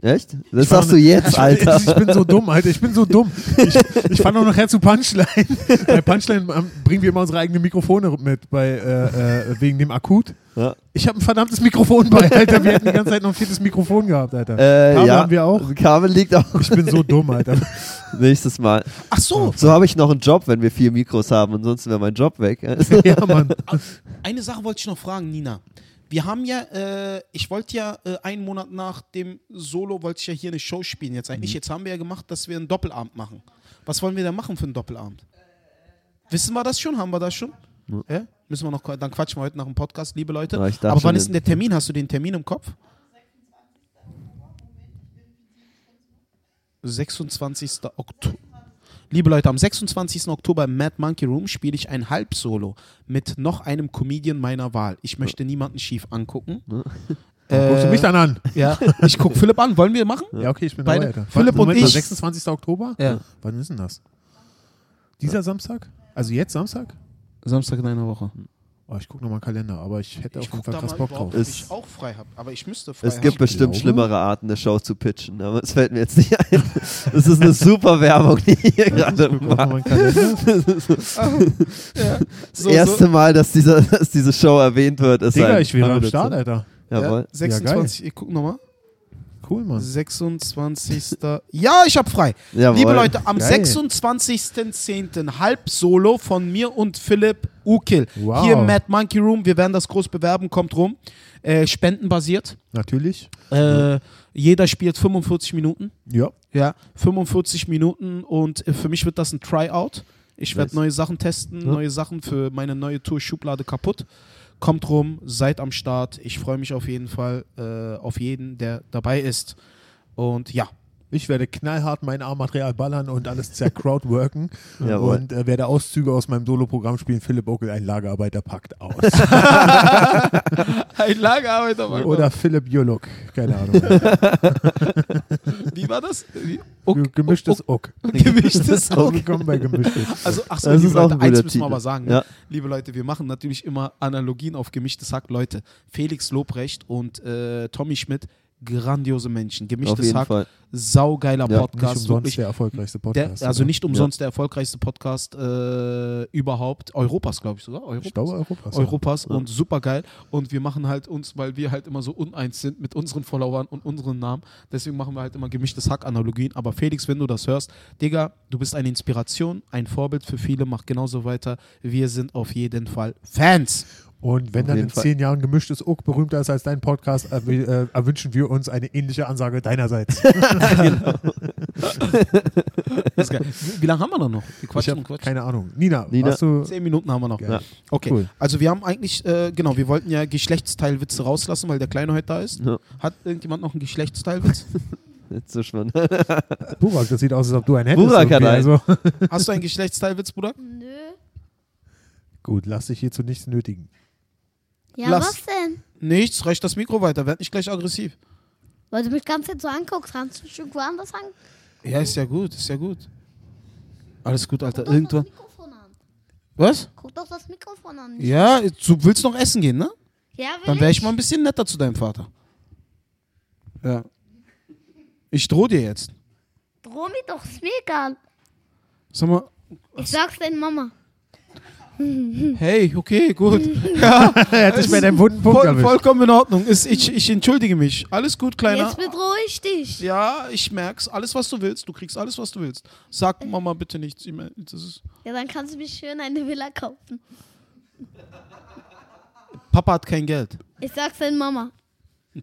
D: Echt? Das
B: Ich war
D: sagst du
B: ne- *laughs*
D: jetzt, Alter.
B: Ich bin so dumm, Alter. Ich bin so dumm. Ich, ich fand auch nachher zu Punchline. Bei Punchline ähm, bringen wir immer unsere eigenen Mikrofone mit, bei, äh, äh, wegen dem Akut.
D: Ja.
B: Ich habe ein verdammtes Mikrofon bei, Alter. Wir hätten die ganze Zeit noch ein viertes Mikrofon gehabt, Alter.
D: Äh,
B: Kabel
D: ja.
B: haben wir auch.
D: Kabel liegt auch *laughs*
B: Ich bin so dumm, Alter.
D: nächstes Mal.
A: Ach so,
D: So habe ich noch einen Job, wenn wir vier Mikros haben. Ansonsten wäre mein Job
B: *laughs*
D: weg.
B: ja, Mann.
D: Äh.
A: eine Sache wollte ich noch fragen, Nina. Wir haben ja, äh, ich wollte ja äh, einen Monat nach dem Solo, wollte ich ja hier eine Show spielen jetzt
D: Mhm.
A: eigentlich. Jetzt haben wir ja gemacht, dass wir einen Doppelabend machen. Was wollen wir denn machen für einen Doppelabend? Wissen wir das schon? Haben wir das schon? Hä? Müssen wir noch, dann quatschen wir heute nach dem Podcast, liebe Leute.
D: Ja, ich dachte
A: Aber wann
D: schon,
A: ist denn der Termin? Hast du den Termin im Kopf? 26. Oktober. Liebe Leute, am 26. Oktober im Mad Monkey Room spiele ich ein Halbsolo mit noch einem Comedian meiner Wahl. Ich möchte niemanden schief angucken. Äh,
B: Guckst du mich *laughs* dann an?
A: Ja, ich gucke Philipp an. Wollen wir machen?
B: Ja, okay, ich bin
A: Beide-
B: dabei, Alter.
A: Philipp
B: Warte,
A: und
B: mal,
A: ich-
B: 26. Oktober?
A: Ja.
B: Wann ist denn das? Dieser Samstag? Also jetzt Samstag?
A: Samstag in einer Woche.
B: Oh, ich gucke nochmal Kalender, aber ich hätte auf jeden Fall krass Bock drauf.
A: ob
D: Es-
A: ich auch frei habe. Aber ich müsste frei
D: Es gibt
A: haben.
D: bestimmt
B: glaube-
D: schlimmere Arten, eine Show zu pitchen, aber es fällt mir jetzt nicht ein. Das ist eine super Werbung, die hier gerade
B: Ich guck auf
D: macht.
B: meinen
A: *laughs*
B: Kalender.
D: Das erste Mal, dass, dieser, dass diese Show erwähnt wird, ist
B: Digga,
D: ein
B: ich wäre am
D: Hammer
B: Start,
D: dazu.
B: Alter.
A: Ja,
D: Jawohl.
A: 26, ich guck nochmal.
B: Cool, Mann.
A: 26. ja, ich hab frei.
D: Jawohl.
A: Liebe Leute, am
B: Geil.
A: 26.10. halb Solo von mir und Philipp Ukil.
B: Wow.
A: Hier im Mad Monkey Room. Wir werden das groß bewerben, kommt rum. Äh, spendenbasiert.
B: Natürlich.
A: Äh, jeder spielt 45 Minuten.
B: Ja.
A: Ja, 45 Minuten und äh, für mich wird das ein Tryout. Ich werde
D: Nice.
A: neue Sachen testen, neue Sachen für meine neue Tour Schublade kaputt. Kommt rum, seid am Start. Ich freue mich auf jeden Fall äh, auf jeden, der dabei ist. Und ja,
B: Ich werde knallhart mein A-Material ballern und alles
A: *laughs*
B: zercrowdworken
D: Jawohl.
B: und äh, werde Auszüge aus meinem Solo-Programm spielen. Philipp Ockel, ein Lagerarbeiter, packt aus.
A: *laughs* ein Lagerarbeiter.
B: Oder Philipp Joluk, keine
A: *laughs*
B: Ahnung.
A: wie war das?
B: Gemischtes Uck.
A: Gewichtes
B: Willkommen bei Gemischtes.
A: *laughs* Also, ach so,
D: Das
A: liebe
D: ist auch
A: Leute,
D: ein
A: eins
D: guter
A: müssen wir
D: Titel.
A: aber sagen. Ne?
D: Ja.
A: Liebe Leute, wir machen natürlich immer Analogien auf gemischtes Hack. Leute, Felix Lobrecht und äh, Tommy Schmidt, grandiose Menschen.
D: Auf
A: Gemischtes
D: jeden
A: Hack,
D: Fall.
A: saugeiler
D: Ja,
B: Nicht
A: Podcast.
B: umsonst
A: Wirklich,
B: der erfolgreichste
A: der,
B: Podcast.
A: also
B: oder?
A: nicht umsonst der erfolgreichste Podcast äh, überhaupt, Europas, glaube ich sogar. Europas.
B: Ich glaube, Europas.
A: Europas und super geil. Und wir machen halt uns, weil wir halt immer so uneins sind mit unseren Followern und unseren Namen, deswegen machen wir halt immer gemischtes Hack-Analogien. Aber Felix, wenn du das hörst, Digga, du bist eine Inspiration, ein Vorbild für viele, mach genauso weiter. Wir sind auf jeden Fall Fans.
B: Und wenn
D: Auf
B: dann
D: jeden
B: in
D: Fall.
B: zehn Jahren gemischtes Uck berühmter ist als dein Podcast, erw- äh, erwünschen wir uns eine ähnliche Ansage deinerseits.
A: Das ist
B: *laughs*
A: geil. Wie- Wie lange haben wir da noch? Wir
B: Ich
A: quatschen
B: habe
A: und quatschen.
B: keine Ahnung. Nina,
D: Nina.
B: hast du.
A: Zehn Minuten haben wir noch.
B: Geil.
A: Okay,
B: Cool.
A: also wir haben eigentlich, äh, genau, wir wollten ja Geschlechtsteilwitze rauslassen, weil der Kleine heute da ist.
D: Ja,
A: Hat irgendjemand noch einen
B: *laughs*
A: Geschlechtsteilwitz?
D: jetzt so spannend.
B: Burak, das sieht aus, als ob du einen hättest.
D: Burak hat
B: irgendwie.
D: einen.
B: also,
A: Hast du einen Geschlechtsteilwitz, Bruder?
C: Nö.
B: Gut, lass dich hierzu nichts nötigen.
C: Ja,
A: Lass.
C: was denn?
A: Nichts, reich das Mikro weiter, werd nicht gleich aggressiv.
C: Weil du mich ganz jetzt so anguckst, kannst du ein Stück woanders an.
A: Ja, ist ja gut, ist ja gut. Alles gut, Alter.
C: Guck doch
A: Irgendwann.
C: das Mikrofon an.
A: Was?
C: Guck doch das Mikrofon an. nicht-
A: Ja, du willst noch essen gehen, ne?
C: Ja, will
A: Dann wäre ich mal ein bisschen netter zu deinem Vater. Ja. Ich drohe dir jetzt.
C: Droh mir doch das Mik an.
A: Sag mal,
C: Ich sag's deiner Mama.
A: hey, okay, gut.
B: Er hat sich bei deinem wunden Punkt
A: Voll,
B: erwischt.
A: vollkommen in Ordnung. Ist, ich, ich entschuldige mich. Alles gut, Kleiner.
C: Jetzt bedrohe ich dich.
A: Ja, ich merk's. Alles, was du willst. Du kriegst alles, was du willst. Sag Mama bitte nichts. Ich mein, Das ist
C: Ja, dann kannst du mich schön eine Villa kaufen.
A: Papa hat kein Geld.
C: Ich sag's deiner Mama.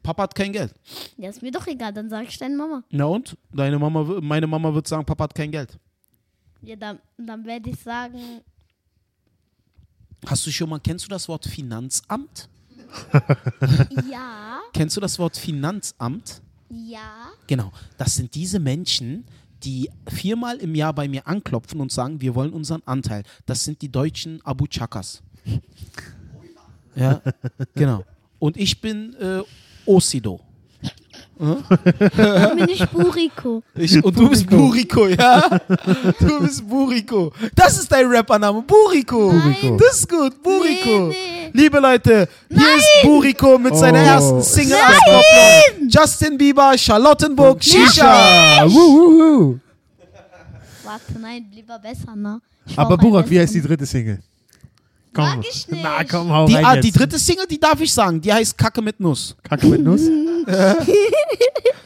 A: Papa hat kein Geld.
C: Ja, ist mir doch egal, dann sag ich deiner Mama.
A: Na und? Deine Mama, w- meine Mama wird sagen, Papa hat kein Geld.
C: Ja, dann, dann werde ich sagen,
A: Hast du schon mal, kennst du das Wort Finanzamt?
C: ja,
A: Kennst du das Wort Finanzamt?
C: ja.
A: Genau, das sind diese Menschen, die viermal im Jahr bei mir anklopfen und sagen, wir wollen unseren Anteil. Das sind die deutschen Abu *laughs* Chakas. Ja, genau. Und ich bin äh, Osido.
C: Dann bin ich Buriko.
A: Ich, und du bist Buriko, ja? Du bist Buriko. Das ist dein Rappername, Buriko.
B: Buriko.
A: Das ist gut, Buriko.
C: Nee, nee.
A: Liebe Leute, hier ist Buriko mit seiner
B: Oh.
A: ersten Single Auskopplung. Justin Bieber, Charlottenburg, Shisha.
B: Ah, wuh, wuh, wuh.
C: Warte, nein, lieber besser, ne? Ich
B: Aber
C: brauch einen
B: Burak, wie heißt die
C: besseren.
B: dritte Single? Komm.
C: Mag ich nicht.
B: Na komm, hau
A: Die,
B: rein
A: ah,
B: jetzt.
A: die dritte Single, die darf ich sagen, die heißt Kacke mit Nuss.
B: Kacke mit Nuss.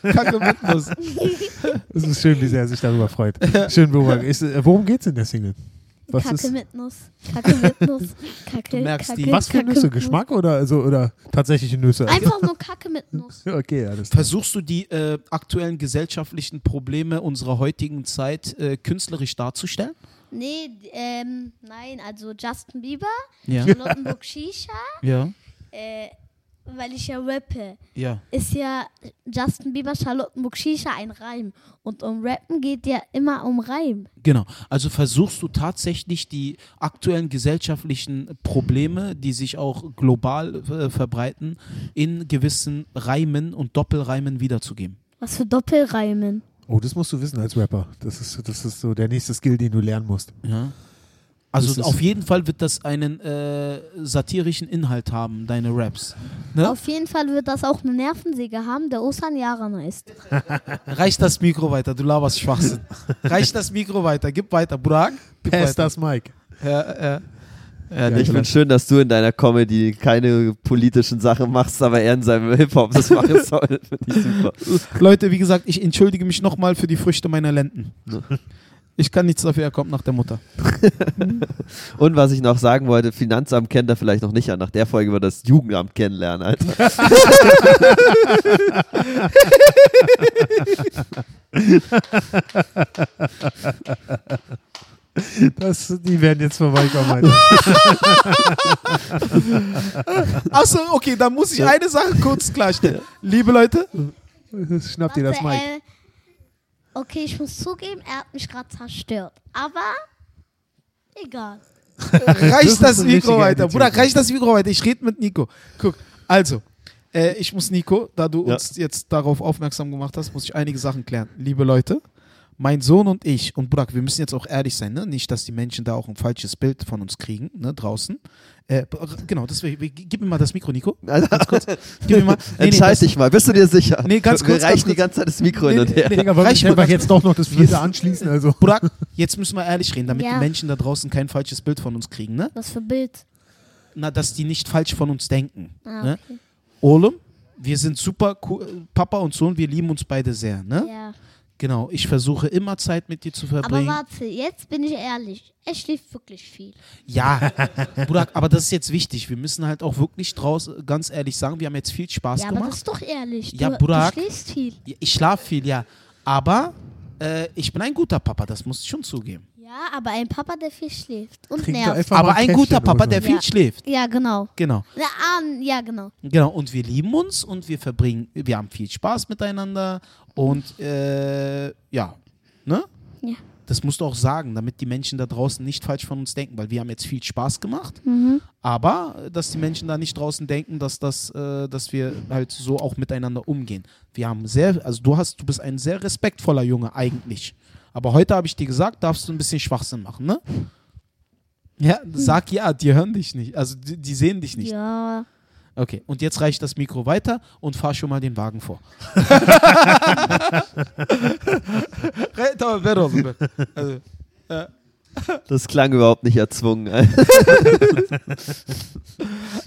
A: Kacke mit Nuss.
B: Es ist schön, wie sehr er sich darüber
A: *laughs*
B: freut. Schön, Burak. Ist, äh, worum geht's in der Single? Was
C: Kacke
B: ist,
C: mit Nuss. Kacke
B: *laughs*
C: mit Nuss. Kacke,
A: merkst
C: Kacke,
A: die-
B: was für
C: Kacke
B: Nüsse?
C: mit
B: Geschmack oder, also, oder tatsächliche Nüsse? Also,
C: Nuss. Einfach nur Kacke mit Nuss.
B: *laughs* Okay, alles klar.
A: *laughs* Versuchst du die äh, aktuellen gesellschaftlichen Probleme unserer heutigen Zeit äh, künstlerisch darzustellen?
C: Nee, d- ähm, nein, also Justin Bieber,
A: Ja.
C: Charlottenburg Shisha,
A: Ja.
C: äh, weil ich ja rappe.
A: Ja.
C: Ist ja Justin Bieber, Charlottenburg Shisha ein Reim. Und um Rappen geht ja immer um Reim.
A: Genau. Also versuchst du tatsächlich die aktuellen gesellschaftlichen Probleme, die sich auch global äh, verbreiten, in gewissen Reimen und Doppelreimen wiederzugeben.
C: Was für Doppelreimen.
B: Oh, das musst du wissen als Rapper. Das ist, das ist so der nächste Skill, den du lernen musst.
A: Ja.
B: Das
A: Also
B: ist-
A: auf jeden Fall wird das einen äh, satirischen Inhalt haben, deine Raps. Ne?
C: Auf jeden Fall wird das auch eine Nervensäge haben, der Osan Yaran ist.
A: Reicht das Mikro weiter, du laberst *laughs* Schwachsinn. Reicht das Mikro weiter, gib weiter, Burak. Gib
B: Pass
A: weiter.
B: das, Mike.
A: Ja, ja.
B: Ja,
D: Ja, *laughs* ich finde
B: klar.
D: schön, dass du in deiner Comedy keine politischen Sachen machst, aber er in seinem Hip-Hop das
A: *laughs*
D: machen soll. Finde ich super.
A: Leute, wie gesagt, ich entschuldige mich nochmal für die Früchte meiner Lenden. *laughs* Ich kann nichts dafür, er kommt nach der Mutter.
D: Und was ich noch sagen wollte, Finanzamt kennt er vielleicht noch nicht an. Nach der Folge wird das Jugendamt kennenlernen, Alter.
B: Das, die werden jetzt vorbeikommen. Alter.
C: *laughs*
A: Achso, okay, dann muss ich eine Sache kurz klarstellen. Liebe Leute,
B: Schnappt dir das,
C: Warte,
B: Mike.
C: äh, okay, ich muss zugeben, er hat mich gerade zerstört. Aber egal.
B: Das
A: reicht
B: ist
A: das
B: eine
A: Mikro
B: richtige
A: weiter.
B: Attitüde.
A: Bruder, reicht das Mikro weiter. Ich rede mit Nico. Guck, also, äh, ich muss Nico, da du
D: Ja.
A: uns jetzt darauf aufmerksam gemacht hast, muss ich einige Sachen klären. Liebe Leute, mein Sohn und ich, und Burak, wir müssen jetzt auch ehrlich sein, ne? nicht, dass die Menschen da auch ein falsches Bild von uns kriegen, ne, draußen. Äh, b- genau, deswegen, gib mir mal das Mikro, Nico. Ganz kurz. Gib
D: *laughs*
A: mir mal. Nee, nee,
D: Entscheid
A: das-
D: dich mal. Bist du dir sicher?
A: Nee, ganz
D: Wir
A: kurz, ganz
D: reichen die
A: kurz.
D: ganze Zeit das Mikro
A: Nee,
D: hin und her.
A: nee,
B: Digga, warum
A: reicht
B: nicht einfach
A: kurz.
B: jetzt doch noch das vierte anschließen? Also.
A: Burak, jetzt müssen wir ehrlich reden, damit
C: Ja.
A: die Menschen da draußen kein falsches Bild von uns kriegen, ne?
C: Was für Bild.
A: Na, dass die nicht falsch von uns denken.
C: Ah,
A: Ne?
C: okay.
A: Olem, wir sind super cool, Papa und Sohn, wir lieben uns beide sehr, ne?
C: Ja.
A: Genau, ich versuche immer Zeit mit dir zu
C: Aber
A: verbringen.
C: warte, jetzt bin ich ehrlich. Er schläft wirklich viel.
A: ja, Burak, aber das ist jetzt wichtig. Wir müssen halt auch wirklich draus ganz ehrlich sagen, wir haben jetzt viel Spaß
C: ja, aber das
A: gemacht.
C: ist doch ehrlich. Du,
A: Ja, Burak.
C: du schläfst viel.
A: Ich schlafe viel, ja. Aber äh, ich bin ein guter Papa, das muss ich schon zugeben.
C: Ja, aber ein Papa, der viel schläft und
B: Trink doch
C: nervt.
B: einfach mal
A: aber ein
B: Käffchen
A: guter
B: oder
A: Papa,
B: so.
A: der viel
C: Ja.
A: schläft.
C: Ja, genau.
A: Genau.
C: Na, ah, ja, genau.
A: Genau, und wir lieben uns und wir verbringen, wir haben viel Spaß miteinander und äh, ja, ne?
C: Ja.
A: Das musst du auch sagen, damit die Menschen da draußen nicht falsch von uns denken, weil wir haben jetzt viel Spaß gemacht, aber äh, dass die Menschen da nicht draußen denken, dass das, äh, dass wir halt so auch miteinander umgehen. Wir haben sehr, also du hast, du bist ein sehr respektvoller Junge eigentlich. Aber heute habe ich dir gesagt, darfst du ein bisschen Schwachsinn machen, ne? Ja, sag ja, die hören dich nicht. Also die, die sehen dich nicht.
C: Ja.
A: Okay, und jetzt reicht das Mikro weiter und fahr schon mal den Wagen *laughs* vor. Re- tamam, ver oğlum, ver. Also,
D: Das klang überhaupt nicht erzwungen. *laughs* Alter.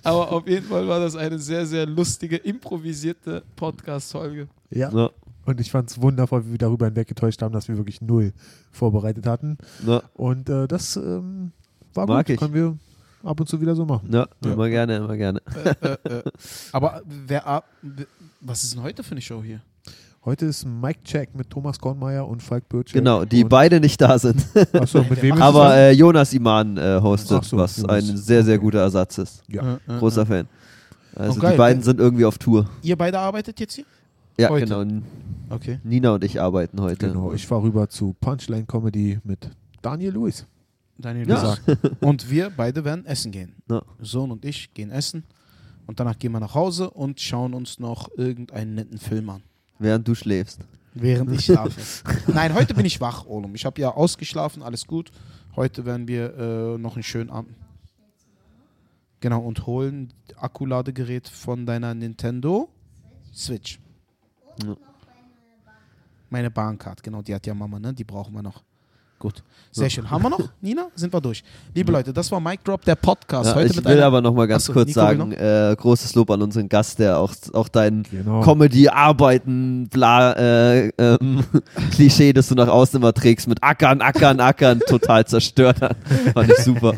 A: Aber auf jeden Fall war das eine sehr, sehr lustige, improvisierte Podcast-Folge.
B: Ja.
D: Ja,
B: Und ich fand es wundervoll, wie wir darüber hinweggetäuscht haben, dass wir wirklich null vorbereitet hatten.
D: ja,
B: Und äh, das ähm, war
D: Mag
B: gut.
D: ich. Ne.
B: Können wir ab und zu wieder so machen.
D: ja, immer gerne, immer gerne.
A: Äh, Aber wer, ah, w- was ist denn heute für eine Show hier?
B: Heute ist Mike Check mit Thomas Kornmeier und Falk Birch.
D: Genau, die beide nicht da sind.
B: Achso, mit wem ist
D: Aber
B: es?
D: äh, Jonas Iman äh, hostet,
B: Ach so,
D: was
B: Jonas.
D: ein sehr, sehr guter Ersatz ist.
B: Ja.
A: Äh, äh,
D: Großer Fan. Also
A: Oh, geil.
D: die beiden sind irgendwie auf Tour.
A: Ihr beide arbeitet jetzt hier?
D: Ja,
A: Heute.
D: genau.
A: Okay.
D: Nina und ich arbeiten heute.
B: Genau, ich fahre rüber zu Punchline Comedy mit Daniel Lewis.
A: Daniel
D: Ja.
A: Lüser. Und wir beide werden essen gehen.
D: Ja.
A: Sohn und ich gehen essen. Und danach gehen wir nach Hause und schauen uns noch irgendeinen netten Film an.
D: Während du schläfst.
A: Während ich *laughs* schlafe. Nein, heute bin ich wach, Olum. Ich habe ja ausgeschlafen, alles gut. Heute werden wir äh, noch einen schönen Abend. Genau, und holen Akkuladegerät von deiner Nintendo Switch.
D: Ja.
A: Meine Bahncard, genau, die hat ja Mama, ne? Die brauchen wir noch. Gut, sehr schön. Haben wir
D: *laughs*
A: noch, Nina? Sind wir durch. Liebe Leute, das war Mic Drop, der Podcast.
D: Ja,
A: heute
D: ich
A: mit
D: will
A: einer
D: aber noch mal ganz
A: Achso,
D: kurz
A: Nico will
D: sagen, äh, großes Lob an unseren Gast, der auch, auch dein
B: Genau.
D: Comedy-Arbeiten, bla, äh, ähm, *laughs* Klischee, das du nach außen immer trägst, mit Ackern, Ackern,
A: *laughs*
D: Ackern, total zerstört hat. Fand ich super.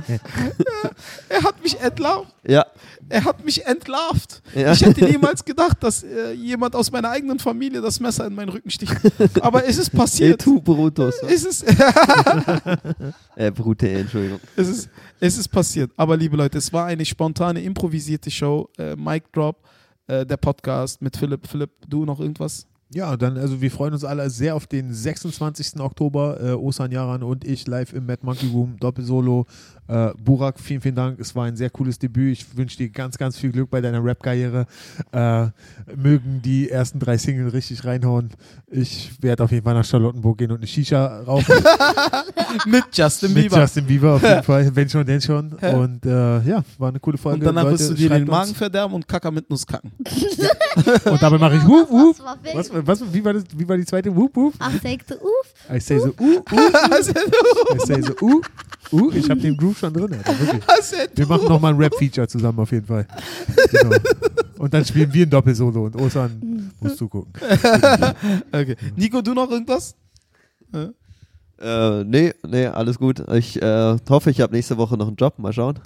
A: Er hat mich entlarvt.
D: Ja,
A: Er hat mich entlarvt.
D: Ja.
A: Ich hätte *laughs* niemals gedacht, dass äh, jemand aus meiner eigenen Familie das Messer in meinen Rücken sticht. Aber es ist
D: hey,
A: passiert.
D: tu, Brutus.
A: Es ist, *laughs*
D: Äh, Brute, Entschuldigung.
A: es, ist, es ist passiert. Aber liebe Leute, es war eine spontane, improvisierte Show. Äh, Mic Drop, äh, der Podcast mit Philipp. Philipp, du noch *laughs* irgendwas?
B: Ja, dann, also wir freuen uns alle sehr auf den 26. Oktober. Äh, Osan Yaran und ich live im Mad Monkey Room, Doppelsolo. Äh, Burak, vielen, vielen Dank. Es war ein sehr cooles Debüt. Ich wünsche dir ganz, ganz viel Glück bei deiner Rap-Karriere. Äh, mögen die ersten drei Singles richtig reinhauen. Ich werde auf jeden Fall nach Charlottenburg gehen und eine Shisha
A: *laughs*
B: rauchen.
A: Mit Justin
B: mit
A: Bieber.
B: Justin Bieber
A: *laughs*
B: auf jeden Fall. Wenn schon, denn schon. Und äh, ja, war eine coole Folge.
A: und danach
B: Leute,
A: wirst du dir den
B: schreibt
A: Magen
B: uns.
A: verderben und Kacker mit Nuss *laughs* kacken.
B: Und dabei mache ich
C: Ja,
B: Wup, Wup.
C: Das war
B: Was,
C: wild.
B: was, wie, war das, wie war die zweite? Wup, Wup.
C: Ach, sagte Uf.
B: Ich sehe so, uh, uh. Ich sehe so, uh, uh. Ich habe den Groove schon drin. Alter,
C: *laughs*
B: wirklich. Wir machen nochmal ein Rap-Feature zusammen auf jeden Fall. Genau. Und dann spielen wir ein Doppelsolo und Osan muss zugucken.
A: okay. Nico, du noch irgendwas?
D: Äh, nee, nee, alles gut. Ich äh, hoffe, ich habe nächste Woche noch einen Job. Mal schauen.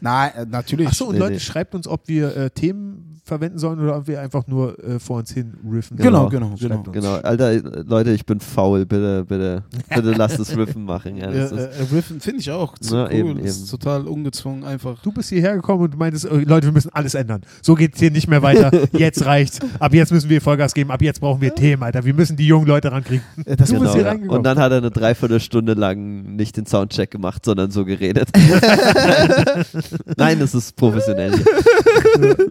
A: Nein, äh, natürlich.
B: Achso, und
D: Nee,
B: Leute,
D: nee.
B: schreibt uns, ob wir äh, Themen verwenden sollen oder ob wir einfach nur äh, vor uns hin riffen.
A: Genau,
D: Genau,
A: genau,
B: schreibt
A: genau.
B: uns.
D: Genau, Alter, Leute, ich bin faul. Bitte, bitte, bitte
A: *laughs*
D: lasst das Riffen machen. Ja, das ist,
A: Äh, äh, Riffen finde ich auch zu
D: Na,
A: cool.
D: eben,
A: Das
D: eben.
A: ist total ungezwungen einfach.
B: Du bist hierher gekommen und meintest, äh, Leute, wir müssen alles ändern. So geht's hier nicht mehr
D: *laughs*
B: weiter. Jetzt reicht's. Ab jetzt müssen wir Vollgas geben. Ab jetzt brauchen wir Themen, Alter. Wir müssen die jungen Leute rankriegen.
A: das
B: du bist
D: genau,
B: hier
D: ja.
B: reingekommen.
D: Und dann hat er eine Dreiviertelstunde lang nicht den Soundcheck gemacht, sondern
B: *laughs*
D: so geredet. Nein, das ist professionell.
B: Äh,
D: Äh,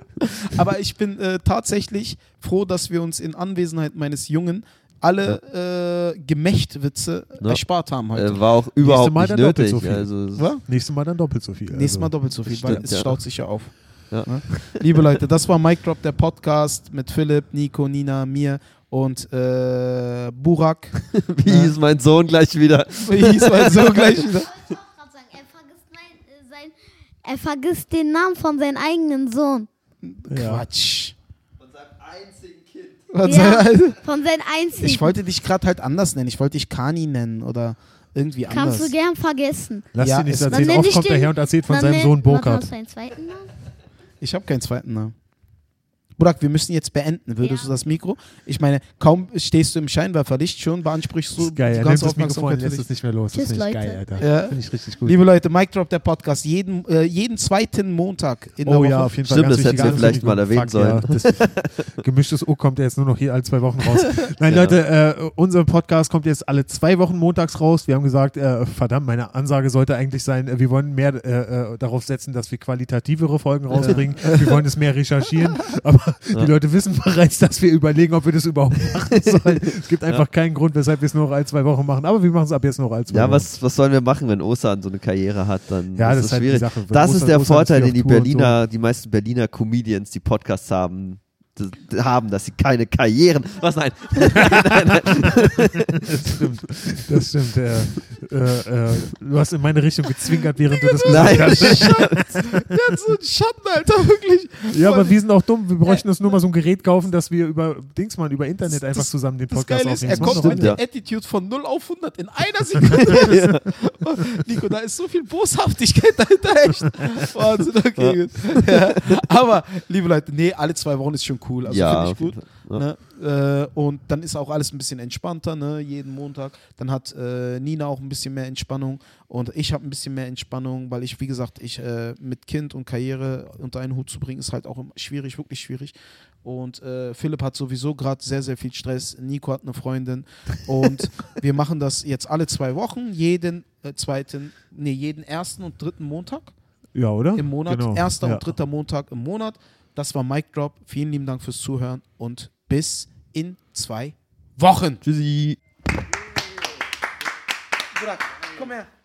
A: Aber ich bin äh, tatsächlich froh, dass wir uns in Anwesenheit meines Jungen alle äh, Gemächtwitze
D: Ja.
A: erspart haben heute.
D: Äh, war auch überhaupt
B: Mal
D: nicht
B: dann doppelt
D: nötig.
B: so viel.
D: also, es-
A: Oder?
B: Nächstes Mal dann doppelt so viel.
A: Nächstes Mal
B: Also,
A: doppelt so viel,
D: Stimmt,
A: weil es
D: ja.
A: staut sich ja auf.
D: Ja. *laughs*
A: Ne? Liebe Leute, das war Mic Drop, der Podcast mit Philipp, Nico, Nina, mir und äh, Burak.
D: *laughs* *laughs* Wie hieß mein Sohn gleich wieder?
A: Wie hieß mein Sohn gleich wieder?
C: Ich wollte auch gerade sagen, er vergisst, mein, äh, sein, er vergisst den Namen von seinem eigenen Sohn.
B: ja.
A: Quatsch.
D: Von seinem einzigen Kind.
A: Was
C: Ja.
A: soll-
C: Von seinem
A: *laughs*
C: einzigen.
A: Ich wollte dich gerade halt anders nennen. Ich wollte dich Kani nennen oder irgendwie anders.
C: Kannst du gern vergessen.
B: Lass
A: Ja,
B: dir nichts
A: es-
C: Dann
B: erzählen.
C: nenn
B: Oft
C: ich
B: kommt er
C: den-
B: her und erzählt von
C: Dann
B: seinem
C: nenn-
B: Sohn
C: Warte,
B: Burkhardt.
C: hast du einen zweiten Namen?
A: Ich habe keinen zweiten Namen. Burak, wir müssen jetzt beenden. Würdest
C: Ja.
A: du das Mikro? Ich meine, kaum stehst du im Scheinwerferlicht, schon beanspruchst
B: Das
A: du
B: ist geil.
A: die
B: Er nimmt
A: ganze
B: das Mikrofon
A: Aufmerksamkeit
B: und
A: für
B: lässt
A: dich.
B: es nicht mehr los.
C: Tschüss,
B: das finde ich
C: Leute.
B: geil, Alter.
A: Ja.
B: Finde ich richtig gut.
A: Liebe Leute, Mic Drop der Podcast, jeden, äh, jeden zweiten Montag in der
B: oh
A: Woche. *laughs*
B: ja, auf jeden Fall.
D: Stimmt,
B: ganz
D: das hätten
B: wichtige
D: wir vielleicht mal
B: Ankündigung.
D: erwähnen
B: Fuck, Ja,
D: *laughs*
B: das gemischtes O kommt ja jetzt nur noch hier alle zwei Wochen raus. Nein,
D: Ja.
B: Leute, äh, unser Podcast kommt jetzt alle zwei Wochen montags raus. Wir haben gesagt, äh, verdammt, meine Ansage sollte eigentlich sein, äh, wir wollen mehr äh, äh, darauf setzen, dass wir qualitativere Folgen rausbringen. Wir wollen es mehr
D: *laughs*
B: recherchieren. Aber die Leute wissen bereits, dass wir überlegen, ob wir das überhaupt
D: *laughs*
B: machen sollen. Es gibt einfach keinen Grund, weshalb wir es nur noch alle zwei Wochen machen. Aber wir machen es ab jetzt noch alle zwei
D: Ja,
B: Wochen.
D: was, was sollen wir machen, wenn Osan so eine Karriere hat? Dann
B: Ja, das
D: das
B: ist halt die
D: schwierig.
B: Sache. Wenn
D: das
B: Osan-
D: ist der
B: Osan ist
D: Vorteil,
B: viel auf
D: den die
B: Tour und
D: Berliner, die meisten Berliner Comedians, die Podcasts haben, d- d- haben, dass sie keine Karrieren. Was nein? *laughs*
B: Das stimmt. Das stimmt. Äh, äh, äh, du hast in meine Richtung gezwinkert, während du das
D: Nein.
B: gesagt hast.
A: Ja, so ein Schatten, Alter, wirklich.
B: Ja, aber wir sind auch dumm. Wir bräuchten uns nur mal so ein Gerät kaufen, dass wir über Dingsmann, über Internet
A: Das-
B: einfach
A: das-
B: zusammen den
A: Das
B: Podcast
A: Geile ist,
B: aufnehmen.
A: er
B: Das
A: kommt
B: macht doch
A: mit
B: Sinn.
A: der Attitude von 0 auf 100 in einer Sekunde. Oh, Nico, da ist so viel Boshaftigkeit dahinter, echt. Wahnsinn, okay. gut. Ja. Aber, liebe Leute, nee, alle zwei Wochen ist schon cool. Also
D: ja,
A: finde ich
D: auf jeden
A: gut.
D: Fall. ja.
A: Ne? Äh, und dann ist auch alles ein bisschen entspannter, ne? jeden Montag. Dann hat äh, Nina auch ein bisschen mehr Entspannung und ich habe ein bisschen mehr Entspannung, weil ich, wie gesagt, ich äh, mit Kind und Karriere unter einen Hut zu bringen, ist halt auch immer schwierig, wirklich schwierig. Und äh, Philipp hat sowieso gerade sehr, sehr viel Stress. Nico hat eine Freundin. Und wir machen das jetzt alle zwei Wochen, jeden äh, zweiten, nee, jeden ersten und dritten Montag.
B: Ja, oder?
A: im Monat,
B: Genau.
A: erster
B: ja.
A: und dritter Montag im Monat. Das war Mic Drop. Vielen lieben Dank fürs Zuhören und bis in zwei Wochen.
D: Tschüssi.
A: Burak, komm her.